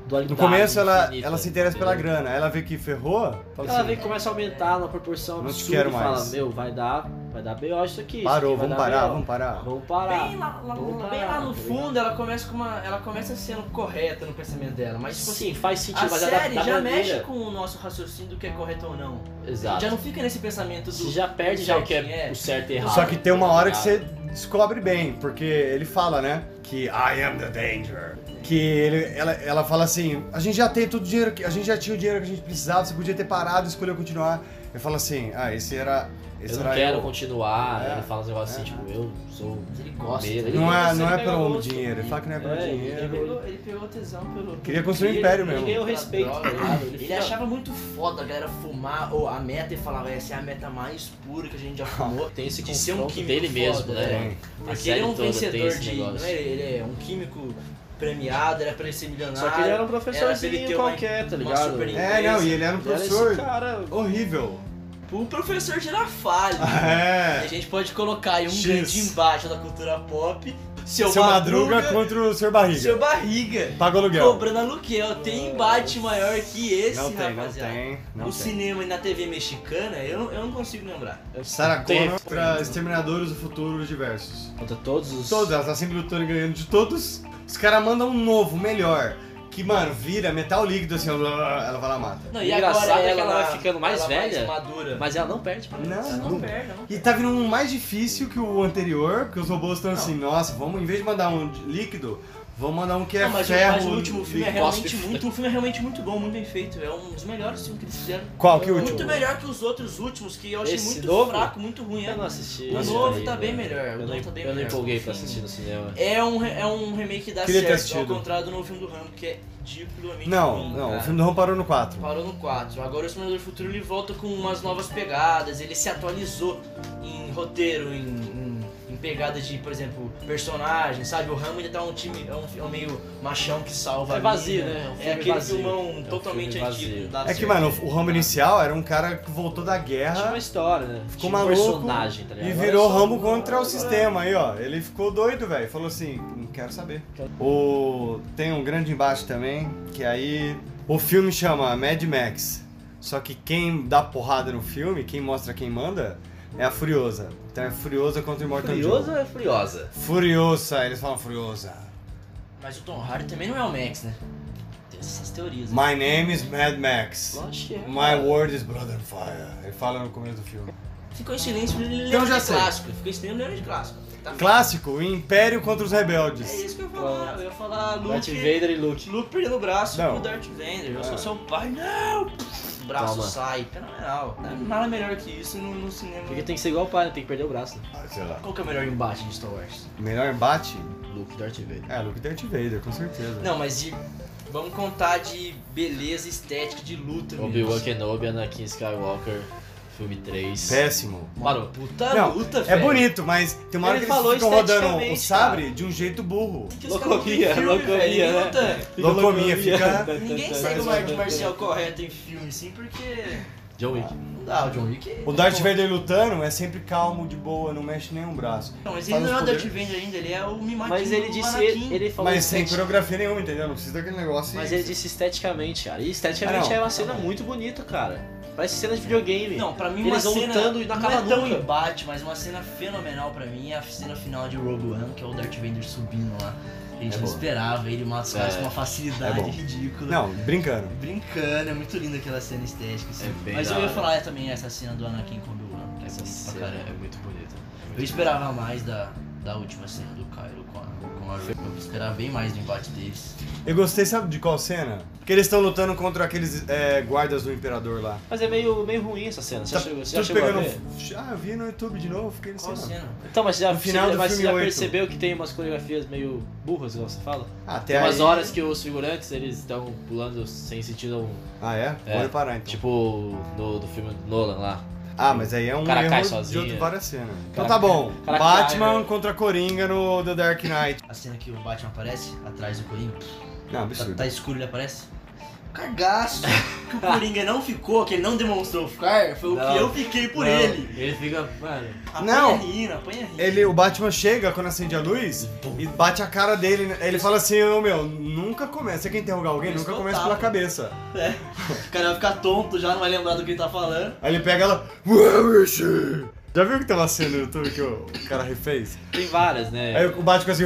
Speaker 1: dualidade.
Speaker 3: No começo ela,
Speaker 1: infinita,
Speaker 3: ela se interessa pela
Speaker 1: Tá entendeu?
Speaker 3: grana, ela vê que ferrou, fala
Speaker 1: Ela
Speaker 3: assim,
Speaker 1: vê que começa a aumentar na proporção
Speaker 3: Não te
Speaker 1: absurda
Speaker 3: quero
Speaker 1: e fala,
Speaker 3: mais.
Speaker 1: meu, vai dar, vai dar B.O. isso aqui. isso
Speaker 3: parou,
Speaker 1: aqui vai
Speaker 3: vamos
Speaker 1: dar
Speaker 3: parar,
Speaker 1: B.O..
Speaker 3: vamos parar.
Speaker 1: Vamos parar.
Speaker 2: Bem lá, lá-
Speaker 1: Vamos
Speaker 2: bem
Speaker 1: parar,
Speaker 2: lá no
Speaker 1: tá
Speaker 2: fundo, né? ela começa com uma. Ela começa sendo correta no pensamento dela, mas tipo assim.
Speaker 1: Sim, faz sentido,
Speaker 2: a
Speaker 1: mas é da-
Speaker 2: série
Speaker 1: da
Speaker 2: já
Speaker 1: maneira-
Speaker 2: mexe com o nosso raciocínio do que é correto ou não.
Speaker 1: Exato.
Speaker 2: Já não fica nesse pensamento do.
Speaker 1: Você já perde já o que é
Speaker 2: É.
Speaker 1: o certo e errado.
Speaker 3: Só que tem uma hora que
Speaker 1: tá
Speaker 3: você
Speaker 1: ligado?
Speaker 3: descobre bem, porque ele fala, né? Que I am the danger. Que ele, ela, ela fala assim, a gente já tem todo o dinheiro, que, a gente já tinha o dinheiro que a gente precisava, você podia ter parado, escolheu continuar. Ele fala assim, ah, esse era. Esse
Speaker 1: Eu não
Speaker 3: era
Speaker 1: quero
Speaker 3: eu.
Speaker 1: continuar.
Speaker 3: É.
Speaker 1: Ele fala uns negócios assim,
Speaker 3: É.
Speaker 1: tipo, eu sou.
Speaker 5: Ele gosta.
Speaker 1: Medo.
Speaker 5: Ele
Speaker 3: Não é,
Speaker 1: Você
Speaker 3: não é
Speaker 1: pega
Speaker 3: pelo
Speaker 1: gosto.
Speaker 3: dinheiro, ele fala que não é pelo
Speaker 1: É, ele-
Speaker 2: Ele
Speaker 3: dinheiro.
Speaker 2: pegou, ele pegou tesão pelo.
Speaker 3: Queria construir um
Speaker 1: Ele-
Speaker 3: império
Speaker 1: ele
Speaker 3: mesmo.
Speaker 1: ganhou respeito, tá ligado?
Speaker 2: Ele, é um
Speaker 1: fica-
Speaker 2: achava muito foda a galera fumar ou a meta e falava, essa é a meta mais pura que a gente já fumou.
Speaker 1: Tem esse
Speaker 2: de ser um
Speaker 1: confronto
Speaker 2: químico
Speaker 1: dele
Speaker 2: foda,
Speaker 1: mesmo, né?
Speaker 2: é.
Speaker 1: mano? A
Speaker 2: Porque
Speaker 1: série
Speaker 2: ele é um
Speaker 1: toda tem
Speaker 2: vencedor
Speaker 1: esse
Speaker 2: de.
Speaker 1: negócio.
Speaker 2: Não é, ele ele é um químico premiado, era pra ele ser milionário.
Speaker 1: Só que ele era um
Speaker 2: Era pra ele
Speaker 1: professorzinho
Speaker 2: ter uma-
Speaker 1: qualquer, tá
Speaker 2: uma
Speaker 1: ligado?
Speaker 2: super-
Speaker 3: É, não, e ele era um
Speaker 1: Ele era esse
Speaker 3: professor
Speaker 1: cara.
Speaker 3: horrível.
Speaker 2: O professor Girafale. E a
Speaker 3: É.
Speaker 2: gente pode colocar aí um
Speaker 3: X.
Speaker 2: grande embaixo da cultura pop. Seu,
Speaker 3: Seu Madruga contra o Seu Barriga.
Speaker 2: Seu Barriga.
Speaker 3: Paga o aluguel.
Speaker 2: Cobrando aluguel. Tem embate maior que esse,
Speaker 3: Não tem, não
Speaker 2: rapaziada.
Speaker 3: tem, não
Speaker 2: no
Speaker 3: tem.
Speaker 2: cinema e na TV mexicana, eu, não- eu não consigo lembrar.
Speaker 3: Sarah
Speaker 1: Teve.
Speaker 3: Connor contra Exterminadores do Futuro Diversos.
Speaker 1: Contra todos os.
Speaker 3: Todas, ela tá sempre lutando e ganhando de todos. Os caras mandam um novo, melhor. Que, mano, vira metal líquido assim, ela vai lá e mata.
Speaker 2: Não,
Speaker 1: e agora ela vai ficando mais
Speaker 2: é ela
Speaker 1: velha?
Speaker 2: Mais madura. Ah,
Speaker 1: Mas ela não perde pra
Speaker 3: Não,
Speaker 1: eles.
Speaker 2: Ela não
Speaker 3: nunca.
Speaker 2: perde, não.
Speaker 3: E tá vindo um mais difícil que o anterior, porque os robôs estão assim, nossa, vamos, em vez de mandar um de- líquido, vamos mandar um que é
Speaker 2: Não, mas, o-
Speaker 3: ferro.
Speaker 2: mas o último filme é
Speaker 1: de cospe.
Speaker 2: realmente muito. O filme é realmente muito bom, muito bem feito. É um dos melhores filmes que eles fizeram.
Speaker 3: Qual que é o
Speaker 2: Muito
Speaker 3: último?
Speaker 2: melhor que os outros últimos, que eu achei
Speaker 1: Esse
Speaker 2: muito
Speaker 1: novo?
Speaker 2: fraco, muito ruim.
Speaker 1: Eu não
Speaker 2: É,
Speaker 1: assisti.
Speaker 2: o
Speaker 1: esse
Speaker 2: novo
Speaker 1: daí,
Speaker 2: tá
Speaker 1: né?
Speaker 2: bem melhor. O
Speaker 1: Eu não,
Speaker 2: novo tá bem
Speaker 1: eu não
Speaker 2: melhor.
Speaker 1: empolguei pra
Speaker 2: Sim.
Speaker 1: assistir no cinema.
Speaker 2: É um, re- é um remake da
Speaker 3: Queria ter
Speaker 2: certo, ao
Speaker 3: assistido.
Speaker 2: contrário do novo filme do Rambo, que é ridiculamente
Speaker 3: Não,
Speaker 2: ruim,
Speaker 3: não,
Speaker 2: cara.
Speaker 3: o filme do Ron parou no 4.
Speaker 2: Parou no 4. Agora o Exterminador do Futuro ele volta com umas novas pegadas, ele se atualizou em roteiro, em, em, em pegadas de, por exemplo, personagem, sabe? O Rambo ainda tá um time, é um, é um meio machão que salva
Speaker 1: É
Speaker 2: a
Speaker 1: vazio,
Speaker 2: mina.
Speaker 1: né? É um
Speaker 2: é
Speaker 1: filme
Speaker 2: aquele
Speaker 1: vazio. É
Speaker 2: filmão
Speaker 1: um
Speaker 2: totalmente
Speaker 1: filme vazio.
Speaker 2: antigo. dá
Speaker 3: É que,
Speaker 2: certo.
Speaker 3: mano, o Rambo inicial era um cara que voltou da
Speaker 2: Tipo,
Speaker 1: Tinha uma
Speaker 3: guerra
Speaker 1: história, né? Tinha
Speaker 3: Ficou
Speaker 1: um
Speaker 3: maluco
Speaker 1: personagem, tá ligado?
Speaker 3: e
Speaker 1: Agora
Speaker 3: virou
Speaker 1: é só-
Speaker 3: Rambo contra o sistema aí, ó. Ele ficou doido, velho. Falou assim, não quero saber. O... Tem um grande embate também, que aí... O filme chama Mad Max. Só que quem dá porrada no filme, quem mostra quem manda, é a Furiosa. Então é Furiosa contra o Immortal
Speaker 1: Furiosa ou é Furiosa?
Speaker 3: Joe. Furiosa, eles falam Furiosa.
Speaker 2: Mas o Tom Hardy também não é o Max, né? Tem essas teorias. né?
Speaker 3: My name is Mad Max.
Speaker 1: Lógico que é.
Speaker 3: My word is blood and fire. Ele fala no começo do filme.
Speaker 2: Ficou em silêncio, ele lembra
Speaker 3: Então já
Speaker 2: de
Speaker 3: sei.
Speaker 2: clássico. Ficou em silêncio, lembra de clássico. Tá
Speaker 3: Clássico, o Império contra os Rebeldes.
Speaker 2: É isso que eu ia falar. Eu ia falar Luke.
Speaker 1: Darth Vader e Luke.
Speaker 2: Luke perdendo o braço
Speaker 3: Não.
Speaker 2: pro Darth Vader. Eu
Speaker 3: Ah.
Speaker 2: sou seu pai. Não! O braço
Speaker 1: Toma.
Speaker 2: sai. Fenomenal. é Nada melhor que isso no, no cinema.
Speaker 1: Porque tem que ser igual o pai, né? tem que perder o braço. Né?
Speaker 3: Ah, sei lá.
Speaker 2: Qual que é o melhor embate de Star Wars?
Speaker 3: Melhor embate?
Speaker 1: Luke e Darth Vader.
Speaker 3: É, Luke e Darth Vader, com certeza.
Speaker 2: Não, mas de. Vamos contar de beleza estética de luta. mesmo.
Speaker 1: Obi-Wan Kenobi, Anakin Skywalker, Filme 3.
Speaker 3: Péssimo.
Speaker 1: Parou.
Speaker 2: Puta
Speaker 3: Não,
Speaker 2: luta,
Speaker 3: É
Speaker 2: velho.
Speaker 3: bonito, mas tem uma hora
Speaker 2: Ele
Speaker 3: que eles
Speaker 2: falou
Speaker 3: ficam rodando o
Speaker 2: esteticamente,
Speaker 3: sabre de um jeito burro.
Speaker 2: Que os caras não têm
Speaker 1: Loucomia,
Speaker 2: filme,
Speaker 1: loucomia,
Speaker 2: velho,
Speaker 1: né?
Speaker 2: luta.
Speaker 1: Fica
Speaker 3: Locomia, fica-
Speaker 2: Ninguém segue
Speaker 1: é
Speaker 2: uma arte marcial correta em filme, sim, porque.
Speaker 1: John Wick.
Speaker 2: Não dá, o John Wick.
Speaker 3: O Darth Vader lutando é sempre calmo, de boa, não mexe nenhum braço.
Speaker 2: Não, mas
Speaker 3: Faz
Speaker 2: ele não
Speaker 3: os
Speaker 2: é o Darth
Speaker 3: poderes.
Speaker 2: Vader ainda, ele é o mimadinho
Speaker 1: Mas ele
Speaker 2: do
Speaker 1: disse.
Speaker 2: Anakin.
Speaker 1: Ele, ele falou
Speaker 3: Mas sem
Speaker 1: esteti-
Speaker 3: coreografia nenhuma, entendeu? Não precisa daquele negócio.
Speaker 1: Mas ele disse esteticamente, cara. E esteticamente
Speaker 3: Ah, não.
Speaker 1: é uma cena muito bonita, cara. Parece cena de videogame.
Speaker 2: Não, pra mim
Speaker 1: Eles vão
Speaker 2: uma cena
Speaker 1: lutando e não acaba
Speaker 2: é tão
Speaker 1: nunca.
Speaker 2: embate, mas uma cena fenomenal pra mim é a cena final de Rogue One, que é o Darth Vader subindo lá. A
Speaker 1: É
Speaker 2: gente não
Speaker 1: bom.
Speaker 2: esperava, ele mata os
Speaker 1: É.
Speaker 2: caras com uma
Speaker 3: É
Speaker 2: facilidade
Speaker 3: bom.
Speaker 2: ridícula.
Speaker 3: Não, brincando.
Speaker 2: Brincando, é muito linda aquela cena estética. Assim.
Speaker 1: É bem
Speaker 2: mas
Speaker 1: da
Speaker 2: eu ia
Speaker 1: hora.
Speaker 2: falar também essa cena do Anakin com o Obi-Wan, que é
Speaker 1: Essa
Speaker 2: bonita pra
Speaker 1: cena
Speaker 2: caramba.
Speaker 1: é muito bonita. É muito
Speaker 2: Eu esperava mais da, da última cena do Kylo com a, com a Rey. Eu esperava bem mais do embate deles.
Speaker 3: Eu gostei, sabe de qual cena? Porque eles estão lutando contra aqueles é, guardas do imperador lá. Tá
Speaker 1: Mas é meio, meio ruim essa cena. Você, já chegou, você já
Speaker 3: tudo
Speaker 1: chegou
Speaker 3: pegando.
Speaker 1: a ver?
Speaker 3: Ah, eu vi no YouTube de novo, fiquei nesse
Speaker 2: Qual cena?
Speaker 1: Então, mas você já,
Speaker 3: No final
Speaker 1: você-
Speaker 3: do
Speaker 1: mas você
Speaker 3: filme
Speaker 1: já
Speaker 3: oito.
Speaker 1: percebeu que tem umas coreografias meio burras, igual você fala?
Speaker 3: Ah, até
Speaker 1: Tem umas
Speaker 3: aí-
Speaker 1: horas que os figurantes eles estão pulando sem sentido algum.
Speaker 3: Ah, é?
Speaker 1: É.
Speaker 3: Vou reparar então.
Speaker 1: Tipo no do filme do Nolan lá.
Speaker 3: ah, mas aí é um
Speaker 1: o cara
Speaker 3: erro
Speaker 1: cai
Speaker 3: de
Speaker 1: sozinho.
Speaker 3: outro, várias cenas. Então
Speaker 1: cara-
Speaker 3: tá bom.
Speaker 1: cara
Speaker 3: Batman
Speaker 1: cai, né?
Speaker 3: contra Coringa no The Dark Knight.
Speaker 2: A cena que o Batman aparece, atrás do Coringa.
Speaker 3: Não,
Speaker 2: Tá,
Speaker 3: absurdo.
Speaker 2: tá escuro, ele aparece? Cagaço! que o Coringa não ficou, que ele não demonstrou ficar, foi o
Speaker 1: Não.
Speaker 2: que eu fiquei por
Speaker 1: Não,
Speaker 2: ele.
Speaker 1: Ele fica, mano.
Speaker 2: Apanha
Speaker 3: Não.
Speaker 2: Rina, apanha Rina.
Speaker 3: Ele, é o Batman chega quando acende a luz e bate a cara dele. né? Ele fala assim, ô meu, nunca começa. Você quer interrogar alguém?
Speaker 2: Mas
Speaker 3: nunca
Speaker 2: eu
Speaker 3: começa
Speaker 2: tava.
Speaker 3: pela cabeça.
Speaker 2: É. O cara vai ficar tonto já, não vai lembrar do que ele tá falando.
Speaker 3: Aí ele pega ela. "Where is she?" Já viu que tem uma cena no YouTube que o o cara refez?
Speaker 1: Tem várias, né?
Speaker 3: Aí o Batman assim.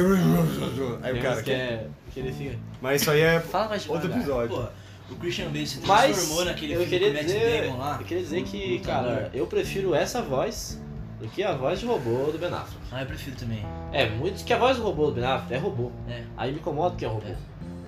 Speaker 3: Aí
Speaker 1: Tem umas
Speaker 3: o cara.
Speaker 1: que, é, que ele fica.
Speaker 3: Mas isso aí é
Speaker 1: Fala mais
Speaker 3: outro
Speaker 1: devagar.
Speaker 3: episódio.
Speaker 2: Pô, o Christian Bale se
Speaker 1: Mas
Speaker 2: transformou naquele
Speaker 1: eu
Speaker 2: filme
Speaker 1: queria
Speaker 2: com o Matt
Speaker 1: dizer,
Speaker 2: Damon lá.
Speaker 1: eu queria dizer que,
Speaker 2: Lutador.
Speaker 1: cara, eu prefiro essa voz do que a voz de robô do Ben Affleck.
Speaker 2: Ah, eu prefiro também.
Speaker 1: É, muito que a voz do robô do Ben Affleck é robô.
Speaker 2: É.
Speaker 1: Aí me incomoda que é robô.
Speaker 2: É.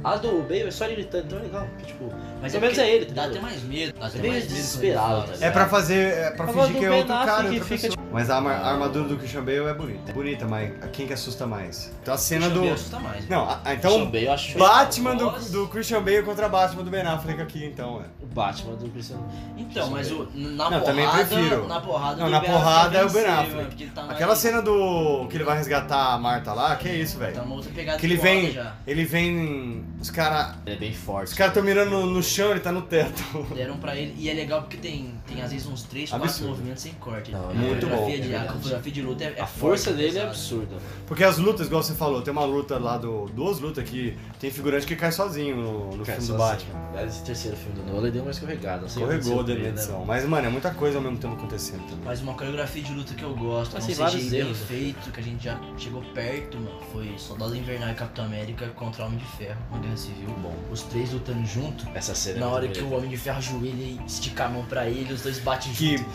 Speaker 1: A do Bale é só ele gritando, então é legal. porque, tipo,
Speaker 2: Mas
Speaker 1: Pelo menos
Speaker 2: porque
Speaker 1: é ele, tá
Speaker 2: Dá
Speaker 1: ligado?
Speaker 2: até mais medo. Dá até
Speaker 1: meio
Speaker 2: mais medo quando ele
Speaker 1: desesperado,
Speaker 2: fala, assim.
Speaker 1: tá ligado?
Speaker 3: É pra fazer. É pra
Speaker 1: A voz
Speaker 3: fingir
Speaker 1: do
Speaker 3: que é
Speaker 1: Ben
Speaker 3: outro
Speaker 1: Affleck
Speaker 3: cara,
Speaker 1: que
Speaker 3: outra
Speaker 1: fica,
Speaker 3: pessoa. Mas a, arma- a armadura do Christian Bale é bonita. Bonita, mas quem que assusta mais? Então a cena
Speaker 2: Christian
Speaker 3: do.
Speaker 2: Bale assusta mais.
Speaker 3: Não, a- a-
Speaker 1: então,
Speaker 3: então.
Speaker 1: Bale, eu acho
Speaker 3: Batman do,
Speaker 2: Nossa.
Speaker 3: do Christian Bale contra Batman do Ben Affleck aqui, então, é.
Speaker 1: o Batman do Cristiano.
Speaker 2: Então, mas o, na
Speaker 3: Não, eu
Speaker 2: porrada.
Speaker 3: também prefiro.
Speaker 2: Na porrada
Speaker 3: Não,
Speaker 2: do
Speaker 3: na
Speaker 2: Ben Affleck
Speaker 3: porrada é o
Speaker 2: venceu,
Speaker 3: Ben Affleck.
Speaker 2: mano, porque ele tá mais-
Speaker 3: Aquela cena do. que ele vai resgatar a Marta lá, que é isso,
Speaker 2: Tá
Speaker 3: velho.
Speaker 2: uma outra pegada
Speaker 3: Que ele
Speaker 2: de porrada
Speaker 3: vem.
Speaker 2: já.
Speaker 3: Ele vem. Os caras.
Speaker 1: Ele é bem forte.
Speaker 3: Os caras estão mirando no, no chão, ele tá no teto.
Speaker 2: Deram pra ele. E é legal porque tem, tem às vezes uns 3, 4
Speaker 3: Absurdo.
Speaker 2: movimentos sem corte.
Speaker 1: Não,
Speaker 2: a
Speaker 1: é muito
Speaker 2: coreografia
Speaker 1: bom,
Speaker 2: De,
Speaker 1: é
Speaker 2: a
Speaker 1: verdade.
Speaker 2: coreografia de luta é, é
Speaker 1: A força
Speaker 2: forte,
Speaker 1: dele é
Speaker 2: pesada.
Speaker 1: absurda.
Speaker 3: Porque as lutas, igual você falou, tem uma luta lá do. duas lutas que tem figurante que cai sozinho no, no
Speaker 1: Cara,
Speaker 3: filme
Speaker 1: só
Speaker 3: do
Speaker 1: assim,
Speaker 3: Batman.
Speaker 1: aliás, esse terceiro filme do Nolan ele deu uma escorregada. Não sei o que
Speaker 3: Corregou da
Speaker 1: aconteceu com
Speaker 3: minha
Speaker 1: ele, né?
Speaker 3: edição. Mas, mano, é muita coisa ao mesmo tempo acontecendo também.
Speaker 2: Mas uma coreografia de luta que eu gosto,
Speaker 1: Mas
Speaker 2: um
Speaker 1: tem
Speaker 2: CGI
Speaker 1: vários
Speaker 2: bem
Speaker 1: erros.
Speaker 2: feito, que a gente já chegou perto, mano. Foi Soldado Invernal e Capitão América contra Homem de Ferro na Guerra Civil.
Speaker 1: Bom.
Speaker 2: Os três lutando junto.
Speaker 1: Essa cena.
Speaker 2: Na
Speaker 1: é
Speaker 2: hora
Speaker 1: muito
Speaker 2: que o
Speaker 1: bonita.
Speaker 2: Homem de Ferro ajoelha e estica a mão pra ele, os dois batem
Speaker 3: Que
Speaker 2: junto.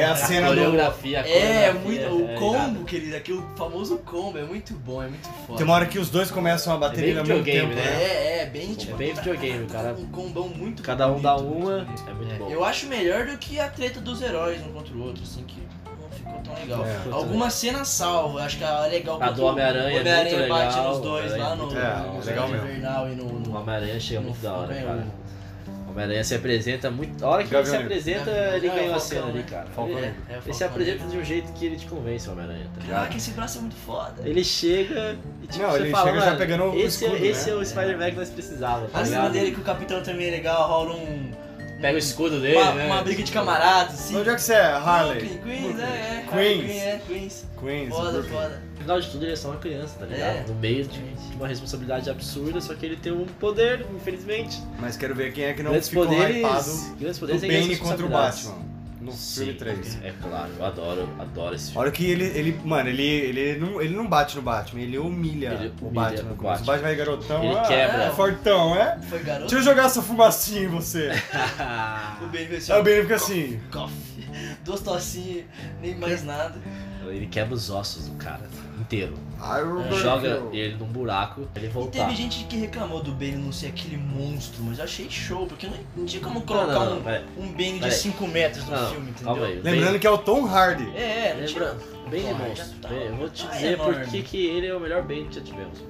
Speaker 3: é a cena do-
Speaker 1: coreografia, a
Speaker 2: É,
Speaker 1: coreografia
Speaker 2: muito, o
Speaker 1: é
Speaker 2: combo,
Speaker 1: irado.
Speaker 2: querido, aquele famoso combo, é muito bom, é muito foda.
Speaker 3: Tem uma hora que os dois começam a bater
Speaker 1: É bem
Speaker 3: nele ao mesmo tempo,
Speaker 1: videogame,
Speaker 3: né?
Speaker 2: É, é, bem tipo.
Speaker 1: bem videogame, cara.
Speaker 2: Um combão muito
Speaker 1: Cada um
Speaker 2: bonito,
Speaker 1: dá
Speaker 2: muito
Speaker 1: uma,
Speaker 2: bonito.
Speaker 1: é muito
Speaker 2: É,
Speaker 1: bom.
Speaker 2: Eu acho melhor do que a treta dos heróis um contra o outro, assim, que não ficou tão legal.
Speaker 3: É.
Speaker 1: Ficou
Speaker 2: Alguma cena salva, acho que a legal
Speaker 1: A
Speaker 2: quando
Speaker 1: do Homem-Aranha
Speaker 2: o
Speaker 1: é
Speaker 2: Homem-Aranha
Speaker 1: muito
Speaker 2: bate
Speaker 1: legal,
Speaker 2: nos dois
Speaker 1: Homem-Aranha
Speaker 2: lá
Speaker 1: é
Speaker 2: no,
Speaker 1: muito
Speaker 3: legal.
Speaker 2: no
Speaker 3: É, legal mesmo.
Speaker 2: Invernal e no.
Speaker 1: O
Speaker 2: no...
Speaker 1: Homem-Aranha chega muito da hora,
Speaker 2: É,
Speaker 1: cara. O Homem-Aranha se apresenta muito. A hora que ele se
Speaker 3: Gavião Negro.
Speaker 1: apresenta,
Speaker 2: Gavião-
Speaker 1: ele
Speaker 2: Ah, é o
Speaker 1: ganhou a
Speaker 2: Falcão,
Speaker 1: cena ali,
Speaker 2: né?
Speaker 1: cara.
Speaker 3: Falcão.
Speaker 1: Ele,
Speaker 2: É, é o
Speaker 1: ele se
Speaker 2: Falcão
Speaker 1: apresenta
Speaker 2: mesmo.
Speaker 1: de um jeito que ele te convence, o Homem-Aranha, tá
Speaker 2: Caraca,
Speaker 1: ligado?
Speaker 2: esse braço é muito foda.
Speaker 1: Ele chega e tipo,
Speaker 3: Não,
Speaker 1: você
Speaker 3: ele
Speaker 1: fala,
Speaker 3: chega já
Speaker 1: mano,
Speaker 3: pegando o
Speaker 1: esse, é-
Speaker 3: escudo,
Speaker 1: esse
Speaker 3: né?
Speaker 1: é o Spider-Man que nós precisávamos, tá
Speaker 2: A cena
Speaker 1: ligado?
Speaker 2: dele que o capitão também é legal, rola um.
Speaker 1: Pega o escudo dele,
Speaker 2: uma,
Speaker 1: né?
Speaker 2: uma briga de camaradas, assim.
Speaker 3: Onde é que você é, Harley?
Speaker 2: Brooklyn, Queens, é, é.
Speaker 3: Queens.
Speaker 2: Queen, é, Queens.
Speaker 3: Queens.
Speaker 2: Foda,
Speaker 3: Brooklyn.
Speaker 2: foda.
Speaker 1: No final de tudo, ele é só uma criança, tá ligado?
Speaker 2: É.
Speaker 1: No meio de de uma responsabilidade absurda, só que ele tem um poder, infelizmente.
Speaker 3: Mas quero ver quem é que não
Speaker 1: grandes
Speaker 3: ficou
Speaker 1: poderes,
Speaker 3: hypado
Speaker 1: grandes
Speaker 3: do
Speaker 1: poderes têm grandes
Speaker 3: Bane contra o
Speaker 1: responsabilidades.
Speaker 3: Batman. No
Speaker 1: Sim,
Speaker 3: filme 3.
Speaker 1: É claro, eu adoro, adoro esse
Speaker 3: A
Speaker 1: filme.
Speaker 3: hora que ele, ele mano, ele, ele, não, ele não bate no Batman, ele humilha,
Speaker 1: Ele
Speaker 3: o
Speaker 1: humilha
Speaker 3: Batman.
Speaker 1: o
Speaker 3: no
Speaker 1: Batman.
Speaker 3: começo. O Batman é garotão,
Speaker 1: Ele
Speaker 3: ah,
Speaker 1: quebra.
Speaker 3: é fortão, é?
Speaker 2: Foi garoto?
Speaker 3: Deixa eu jogar essa fumacinha em você.
Speaker 2: O Ben veio assim,
Speaker 3: Aí o
Speaker 2: ó,
Speaker 3: Bane fica assim,
Speaker 2: coffee, duas tocinhas, nem mais nada.
Speaker 1: Ele quebra os ossos do cara inteiro.
Speaker 3: "Ah, eu
Speaker 1: Joga
Speaker 3: quero."
Speaker 1: ele num buraco, ele
Speaker 2: E
Speaker 1: voltar.
Speaker 2: teve gente que reclamou do Ben não ser aquele monstro, mas eu achei show, porque não, não tinha como
Speaker 1: Não,
Speaker 2: colocar
Speaker 1: não, não,
Speaker 2: um,
Speaker 1: pera-
Speaker 2: um Ben de
Speaker 1: Peraí.
Speaker 2: 5 metros no
Speaker 1: não,
Speaker 2: filme,
Speaker 1: não,
Speaker 2: entendeu?
Speaker 1: calma aí.
Speaker 3: Lembrando que é o Tom Hardy.
Speaker 2: É, é, não tinha-
Speaker 1: Lembra, bem de
Speaker 2: Porra,
Speaker 1: monstro.
Speaker 2: já tá-
Speaker 1: Bem, eu vou te
Speaker 2: tá
Speaker 1: dizer por
Speaker 2: enorme.
Speaker 1: que, que ele é o melhor bem que já tivemos.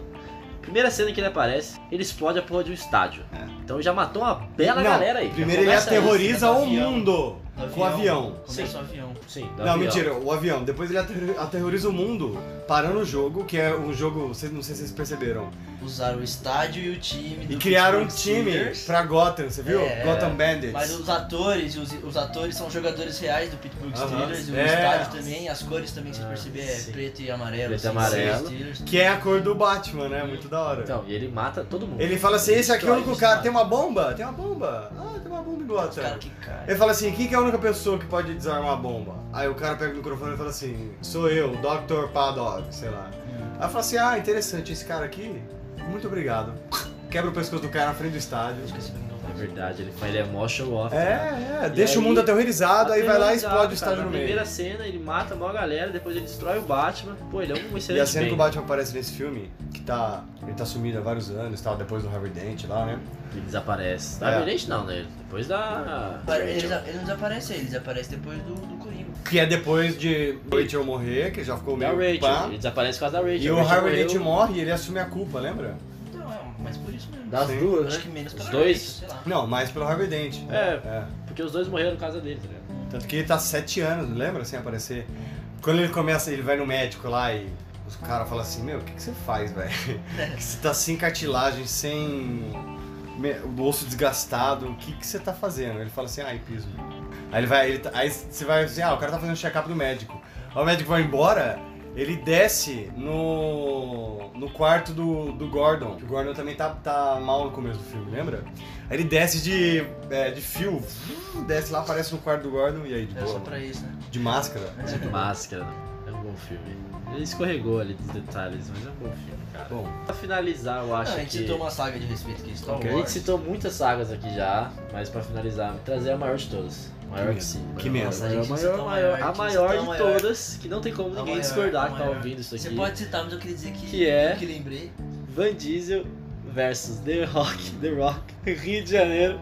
Speaker 1: Primeira cena que ele aparece, ele explode a porra de um estádio. Então já matou uma bela
Speaker 3: É. Não,
Speaker 1: galera aí. Já
Speaker 3: Primeiro ele
Speaker 1: começa aí.
Speaker 3: aterroriza
Speaker 2: esse
Speaker 3: o
Speaker 2: avião.
Speaker 3: mundo. com o avião.
Speaker 4: Começa o avião.
Speaker 1: Sim, do
Speaker 3: Não,
Speaker 1: avião.
Speaker 3: mentira, o avião. Depois ele aterri- aterroriza o mundo parando o jogo, que é um jogo, vocês- não sei se vocês perceberam.
Speaker 2: Usaram o estádio e o time. do
Speaker 3: E criaram um
Speaker 2: Pittsburgh
Speaker 3: time
Speaker 2: Steelers,
Speaker 3: pra Gotham, você viu?
Speaker 2: É,
Speaker 3: Gotham Bandits.
Speaker 2: Mas os atores, os, os atores são jogadores reais do Pittsburgh
Speaker 3: Aham.
Speaker 2: Steelers, e o
Speaker 3: É.
Speaker 2: estádio também, as cores também, se você perceber, é
Speaker 1: sim.
Speaker 2: preto e amarelo.
Speaker 1: Preto e
Speaker 2: assim, dos
Speaker 1: amarelo.
Speaker 2: Steelers.
Speaker 3: Que é a cor do Batman, né? Muito da hora.
Speaker 1: Então, e ele mata todo mundo.
Speaker 3: Ele fala assim, esse aqui é o único
Speaker 2: Dói,
Speaker 3: cara.
Speaker 2: dói.
Speaker 3: Tem uma bomba? Tem uma bomba. Ah, tem uma bomba em
Speaker 2: Os caras
Speaker 3: Gotham.
Speaker 2: que caem.
Speaker 3: Ele fala assim, quem que é a única pessoa que pode desarmar a bomba? Aí o cara pega o microfone e fala assim, sou eu, Dr. Paddock, sei lá. Aí fala assim, ah, interessante, esse cara aqui, muito obrigado. Quebra o pescoço do cara na frente do estádio.
Speaker 1: É verdade, ele, faz- ele é mó show off. né?
Speaker 3: É, é, deixa
Speaker 1: E
Speaker 3: o mundo
Speaker 1: aí-
Speaker 3: aterrorizado, aí vai lá e
Speaker 1: Aterrorizado,
Speaker 3: explode o
Speaker 1: cara,
Speaker 3: estádio no
Speaker 1: na
Speaker 3: meio.
Speaker 1: primeira cena, ele mata a maior galera, depois ele destrói o Batman. Pô, ele é um
Speaker 3: E
Speaker 1: excelente
Speaker 3: a cena que o
Speaker 1: bem.
Speaker 3: Batman aparece nesse filme, que tá. Ele tá sumido há vários anos tal, depois do Harvey Dent lá, né?
Speaker 1: Ele desaparece. Da
Speaker 3: É.
Speaker 1: Brilhante não, né? Depois da...
Speaker 2: Ele, ele não desaparece aí, ele desaparece depois do, do Coringa.
Speaker 3: Que é depois de Rachel morrer, que já ficou
Speaker 1: Da
Speaker 3: meio
Speaker 1: Rachel.
Speaker 3: pá.
Speaker 1: Ele desaparece por causa da Rachel.
Speaker 3: E o
Speaker 1: Rachel
Speaker 3: Harvey Dent
Speaker 1: morreu
Speaker 3: morre e ele assume a culpa, lembra?
Speaker 2: Então, é, mas por isso mesmo.
Speaker 1: Das
Speaker 3: Sim.
Speaker 1: duas, né?
Speaker 2: Acho que menos
Speaker 1: Os
Speaker 2: pela
Speaker 1: dois?
Speaker 2: Rachel, sei lá.
Speaker 3: Não, mais pelo Harvey Dent.
Speaker 1: É.
Speaker 3: é.
Speaker 1: Porque os dois morreram por causa dele, tá ligado?
Speaker 3: Tanto que ele tá sete anos, não lembra? Sem aparecer. Quando ele começa, ele vai no médico lá e os caras falam assim, meu, o que, que você faz, velho?
Speaker 2: É,
Speaker 3: Que Você tá sem cartilagem, sem me- o osso desgastado, o que, que você tá fazendo? Ele fala assim, ai, piso. Aí ele vai, ele tá- aí você vai assim, ah, o cara tá fazendo check-up do médico. Aí o médico vai embora, ele desce no, no quarto do, do Gordon. que O Gordon também tá, tá mal no começo do filme, lembra? Aí ele desce de, é, de fio, desce lá, aparece no quarto do Gordon e aí, de
Speaker 2: Era só
Speaker 3: boa.
Speaker 2: pra isso, né?
Speaker 3: De máscara.
Speaker 1: De máscara. É um bom filme. Ele escorregou ali dos detalhes, mas é um bom filme, cara.
Speaker 3: Bom,
Speaker 1: Pra finalizar, eu
Speaker 2: Não,
Speaker 1: acho
Speaker 2: Ah, a gente
Speaker 1: que...
Speaker 2: citou uma saga de respeito que é Star
Speaker 1: A gente
Speaker 2: Wars.
Speaker 1: citou muitas sagas aqui já, mas pra finalizar, trazer a maior de todas. A Maior
Speaker 3: medo.
Speaker 1: que sim.
Speaker 3: Que medo.
Speaker 2: Nossa,
Speaker 1: A
Speaker 2: a
Speaker 1: maior,
Speaker 2: gente citou
Speaker 1: maior,
Speaker 2: a maior,
Speaker 1: a
Speaker 2: a gente
Speaker 1: maior
Speaker 2: citou a
Speaker 1: de
Speaker 2: maior.
Speaker 1: todas, que não tem como
Speaker 2: A
Speaker 1: ninguém
Speaker 2: maior,
Speaker 1: discordar
Speaker 2: a
Speaker 1: que tá
Speaker 2: maior.
Speaker 1: ouvindo isso aqui.
Speaker 2: Você pode citar, mas eu queria dizer que,
Speaker 1: Que é-
Speaker 2: que lembrei.
Speaker 1: Van Diesel versus The Rock, The Rock, Rio de Janeiro,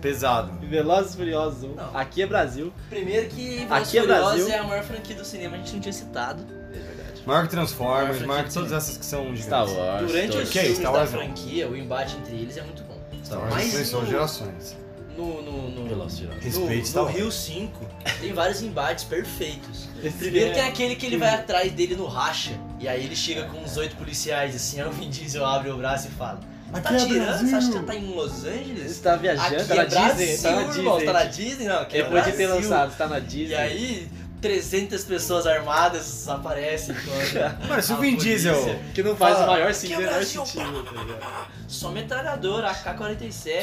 Speaker 3: pesado.
Speaker 1: Velozes e Furiosos 1.
Speaker 2: Não.
Speaker 1: Aqui é Brasil.
Speaker 2: Primeiro que
Speaker 1: Aqui é
Speaker 2: Velozes e Furiosos
Speaker 1: Brasil.
Speaker 2: é a maior franquia do cinema, a gente não tinha citado.
Speaker 1: É verdade.
Speaker 3: Maior que Transformers,
Speaker 2: Maior
Speaker 3: maior que
Speaker 2: franquia
Speaker 3: todas
Speaker 2: de
Speaker 3: essas que são gigantes.
Speaker 1: Star Wars.
Speaker 2: Durante os
Speaker 1: todos.
Speaker 3: Que é
Speaker 2: filmes
Speaker 3: Star
Speaker 2: da
Speaker 3: Wars, não.
Speaker 2: franquia, o embate entre eles é muito bom.
Speaker 3: Star Wars
Speaker 2: Mas
Speaker 3: influenciou
Speaker 2: no-
Speaker 3: gerações.
Speaker 2: No, no, no,
Speaker 1: Velozes e Furiosos.
Speaker 3: Respeite
Speaker 2: no,
Speaker 3: Star
Speaker 2: no
Speaker 3: Wars.
Speaker 2: Rio 5 tem vários embates perfeitos.
Speaker 1: Esse
Speaker 2: Primeiro
Speaker 1: é-
Speaker 2: tem aquele que ele vai atrás dele no racha, e aí ele chega com uns oito policiais assim, aí o Vin Diesel abre o braço e fala: Tá
Speaker 3: Aqui é
Speaker 2: tirando? Você acha
Speaker 3: Brasil."
Speaker 2: que você tá em Los Angeles?
Speaker 1: Você tá viajando,
Speaker 2: Aqui
Speaker 1: tá na
Speaker 2: é
Speaker 1: Disney,
Speaker 2: Brasil,
Speaker 1: tá na
Speaker 2: irmão,
Speaker 1: Disney.
Speaker 2: tá na Disney? Não, aqui é
Speaker 1: Depois de ter
Speaker 2: Brasil.
Speaker 1: lançado, você tá na Disney.
Speaker 2: E aí, 300 pessoas armadas aparecem. quando-
Speaker 3: Mano, se o
Speaker 2: a
Speaker 3: Vin
Speaker 2: polícia-
Speaker 3: Diesel.
Speaker 1: que não faz
Speaker 3: Fala,
Speaker 1: o maior sentido,
Speaker 2: que é
Speaker 1: o menor
Speaker 2: Brasil,
Speaker 1: sentido, tá ligado?
Speaker 2: Só metralhadora,
Speaker 3: Se
Speaker 2: AK-47.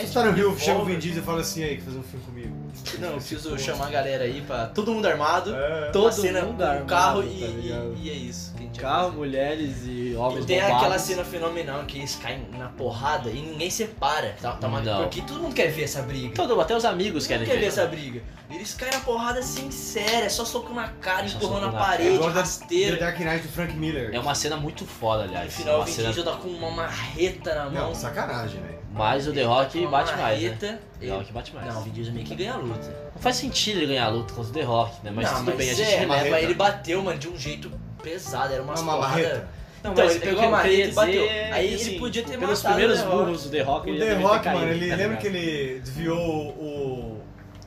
Speaker 3: você tá no Rio,
Speaker 2: revólver.
Speaker 3: chega o Vin Diesel e fala assim, aí, quer fazer um filme comigo. Tipo,
Speaker 2: Não, eu preciso chamar a galera aí pra todo mundo armado.
Speaker 3: É.
Speaker 2: Todo
Speaker 1: tipo- Todo
Speaker 2: cena
Speaker 1: mundo
Speaker 2: com um
Speaker 1: armado,
Speaker 2: carro
Speaker 1: tá
Speaker 2: e, e-
Speaker 1: ligado?
Speaker 2: e é isso. Que a gente
Speaker 1: Carro,
Speaker 2: vai
Speaker 1: mulheres e
Speaker 2: fazer.
Speaker 1: homens
Speaker 2: E tem
Speaker 1: bombados.
Speaker 2: aquela cena fenomenal que eles caem na porrada e ninguém separa. Tá, tá uma-
Speaker 1: Não.
Speaker 2: Porque todo mundo quer ver essa briga. Todo
Speaker 1: Todo, até os amigos
Speaker 2: mundo quer
Speaker 1: querem
Speaker 2: ver
Speaker 1: ver.
Speaker 2: essa briga. Eles caem na porrada sincera, é só soco na cara,
Speaker 1: Só
Speaker 2: empurrando
Speaker 1: soco
Speaker 2: a
Speaker 1: na cara.
Speaker 2: parede,
Speaker 3: Igual da- The
Speaker 2: rasteira.
Speaker 3: Dark Knight do Frank Miller.
Speaker 1: É uma cena muito foda, aliás.
Speaker 2: No final, o
Speaker 1: uma
Speaker 2: Vin
Speaker 1: cena...
Speaker 2: Diesel tá com uma marreta na mão.
Speaker 3: Não, sacanagem, velho.
Speaker 1: Mas o The Rock
Speaker 2: Uma
Speaker 1: bate mais, né?
Speaker 2: marreta,
Speaker 1: O The
Speaker 2: ele-
Speaker 1: Rock bate mais.
Speaker 2: Não, o Vin Diesel meio que ganha a luta.
Speaker 1: Não faz sentido ele ganhar a luta contra o The Rock, né? Mas
Speaker 2: não,
Speaker 1: tudo bem, a
Speaker 2: mas
Speaker 1: gente
Speaker 2: é,
Speaker 1: releva.
Speaker 2: mas
Speaker 3: marreta.
Speaker 2: ele bateu, mano, de um jeito pesado, era umas
Speaker 3: Uma
Speaker 2: porrada.
Speaker 3: marreta.
Speaker 2: Não,
Speaker 1: Então,
Speaker 2: mas
Speaker 1: é
Speaker 2: ele
Speaker 1: que
Speaker 2: pegou
Speaker 1: eu
Speaker 2: a marreta
Speaker 1: queria
Speaker 2: e bateu.
Speaker 1: dizer
Speaker 2: Aí
Speaker 1: que,
Speaker 2: ele
Speaker 1: assim,
Speaker 2: podia ter
Speaker 1: Pelos
Speaker 2: matado né?
Speaker 1: primeiros
Speaker 2: o The Rock.
Speaker 1: burros do The Rock,
Speaker 3: O
Speaker 1: ele
Speaker 3: The
Speaker 1: já deveria ter
Speaker 3: Rock,
Speaker 1: caído,
Speaker 3: mano, ele
Speaker 1: tá
Speaker 3: lembra
Speaker 1: ligado?
Speaker 3: que ele desviou o.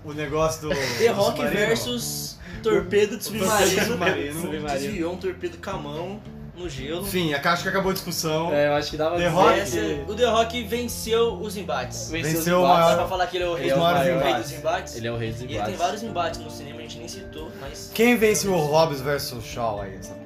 Speaker 3: o negócio do.
Speaker 2: The
Speaker 3: do
Speaker 2: Rock
Speaker 3: submarino?
Speaker 2: versus torpedo
Speaker 3: torpedo
Speaker 2: de submarino.
Speaker 3: submarino.
Speaker 2: Desviou um torpedo com a mão no gelo.
Speaker 3: Enfim, a caixa que acabou a discussão.
Speaker 1: É, eu acho que dava pra
Speaker 3: The Rock
Speaker 1: dizer
Speaker 2: Essa- é
Speaker 1: que
Speaker 2: o The Rock venceu os embates.
Speaker 1: venceu os
Speaker 3: venceu o
Speaker 1: embates.
Speaker 2: Dá
Speaker 3: maior-
Speaker 2: pra falar que ele é o rei,
Speaker 1: Ele é o
Speaker 2: dos-
Speaker 1: maior
Speaker 2: o rei
Speaker 3: embate.
Speaker 2: dos embates.
Speaker 1: Ele é o rei dos
Speaker 2: E ele tem
Speaker 1: embates.
Speaker 2: vários embates no cinema, a gente nem citou, mas.
Speaker 3: Quem vence o Hobbs versus Shaw aí? Essa...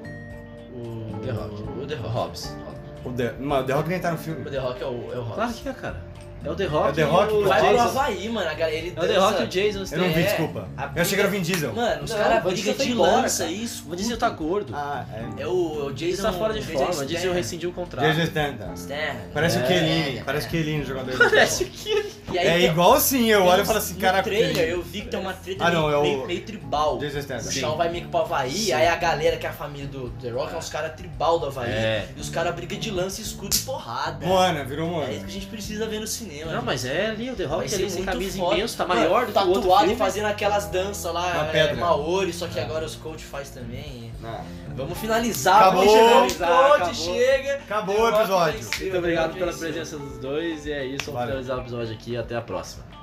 Speaker 1: O
Speaker 2: The Rock.
Speaker 1: O The Rock. Hobbs.
Speaker 3: O The... Mano, o The Rock nem tá no filme.
Speaker 2: O The Rock é o, é o Rock.
Speaker 1: Claro que é, cara. É o The Rock
Speaker 3: É o The
Speaker 1: e
Speaker 3: Rock
Speaker 1: o
Speaker 3: que
Speaker 2: Vai pro
Speaker 1: Jason.
Speaker 2: Havaí, mano. A galera, ele
Speaker 1: É o The
Speaker 2: dança-
Speaker 1: Rock e o Jason.
Speaker 3: Eu não
Speaker 1: Statham.
Speaker 3: vi,
Speaker 2: É,
Speaker 3: desculpa.
Speaker 2: a
Speaker 3: Eu cheguei no
Speaker 2: briga-
Speaker 3: Vin Diesel.
Speaker 2: Mano, os
Speaker 1: Não,
Speaker 2: caras
Speaker 1: o Vin
Speaker 2: brigam
Speaker 1: Diesel tá
Speaker 2: de
Speaker 1: embora,
Speaker 2: lança
Speaker 1: cara.
Speaker 2: isso.
Speaker 1: O Diesel tá gordo.
Speaker 3: Ah, é.
Speaker 2: É o, é o
Speaker 1: Ele
Speaker 2: Jason.
Speaker 1: tá fora de
Speaker 2: Jason
Speaker 1: forma,
Speaker 2: Statham.
Speaker 1: diz eu rescindi o contrato.
Speaker 3: Jason Statham.
Speaker 2: Statham.
Speaker 3: Parece o
Speaker 1: É.
Speaker 3: Kelly, parece o Kelly no jogador. de
Speaker 1: Parece
Speaker 3: futebol.
Speaker 1: que ele.
Speaker 2: E aí,
Speaker 3: É
Speaker 2: tem-
Speaker 3: igual sim, eu
Speaker 2: então. tem
Speaker 3: olho
Speaker 2: um-
Speaker 3: e falo assim,
Speaker 2: no
Speaker 3: caraca. o
Speaker 2: trailer
Speaker 3: Kelly.
Speaker 2: eu vi que tem uma treta
Speaker 3: Ah, não,
Speaker 2: meio,
Speaker 3: é o-
Speaker 2: meio, meio tribal.
Speaker 3: Jason
Speaker 2: O
Speaker 3: Statham.
Speaker 2: Chão vai meio que pro Havaí,
Speaker 1: Sim.
Speaker 2: aí a galera que é a família do The Rock é uns caras tribal do Havaí.
Speaker 1: É.
Speaker 2: E os caras brigam de lance, escudo e porrada.
Speaker 3: Moana, virou Moana.
Speaker 2: É isso que a gente precisa ver no cinema.
Speaker 1: Não, mas é ali, o The Rock
Speaker 2: Vai ser
Speaker 1: ali sem
Speaker 2: muito
Speaker 1: camisa
Speaker 2: foda.
Speaker 1: imenso, tá
Speaker 2: Mano,
Speaker 1: maior do que o
Speaker 2: tatuado
Speaker 1: outro
Speaker 2: e
Speaker 1: filme.
Speaker 2: fazendo aquelas danças lá,
Speaker 3: Na
Speaker 2: é,
Speaker 3: pedra.
Speaker 2: Maori, só que agora os coach faz também.
Speaker 3: Ah.
Speaker 2: Vamos finalizar,
Speaker 3: Acabou.
Speaker 2: porque chegou
Speaker 1: Finalizar,
Speaker 2: o coach,
Speaker 1: acabou.
Speaker 2: chega.
Speaker 3: Acabou o episódio.
Speaker 2: né,
Speaker 1: Muito obrigado pela presença dos dois e é isso, vamos
Speaker 3: Valeu.
Speaker 1: finalizar o episódio aqui até a próxima.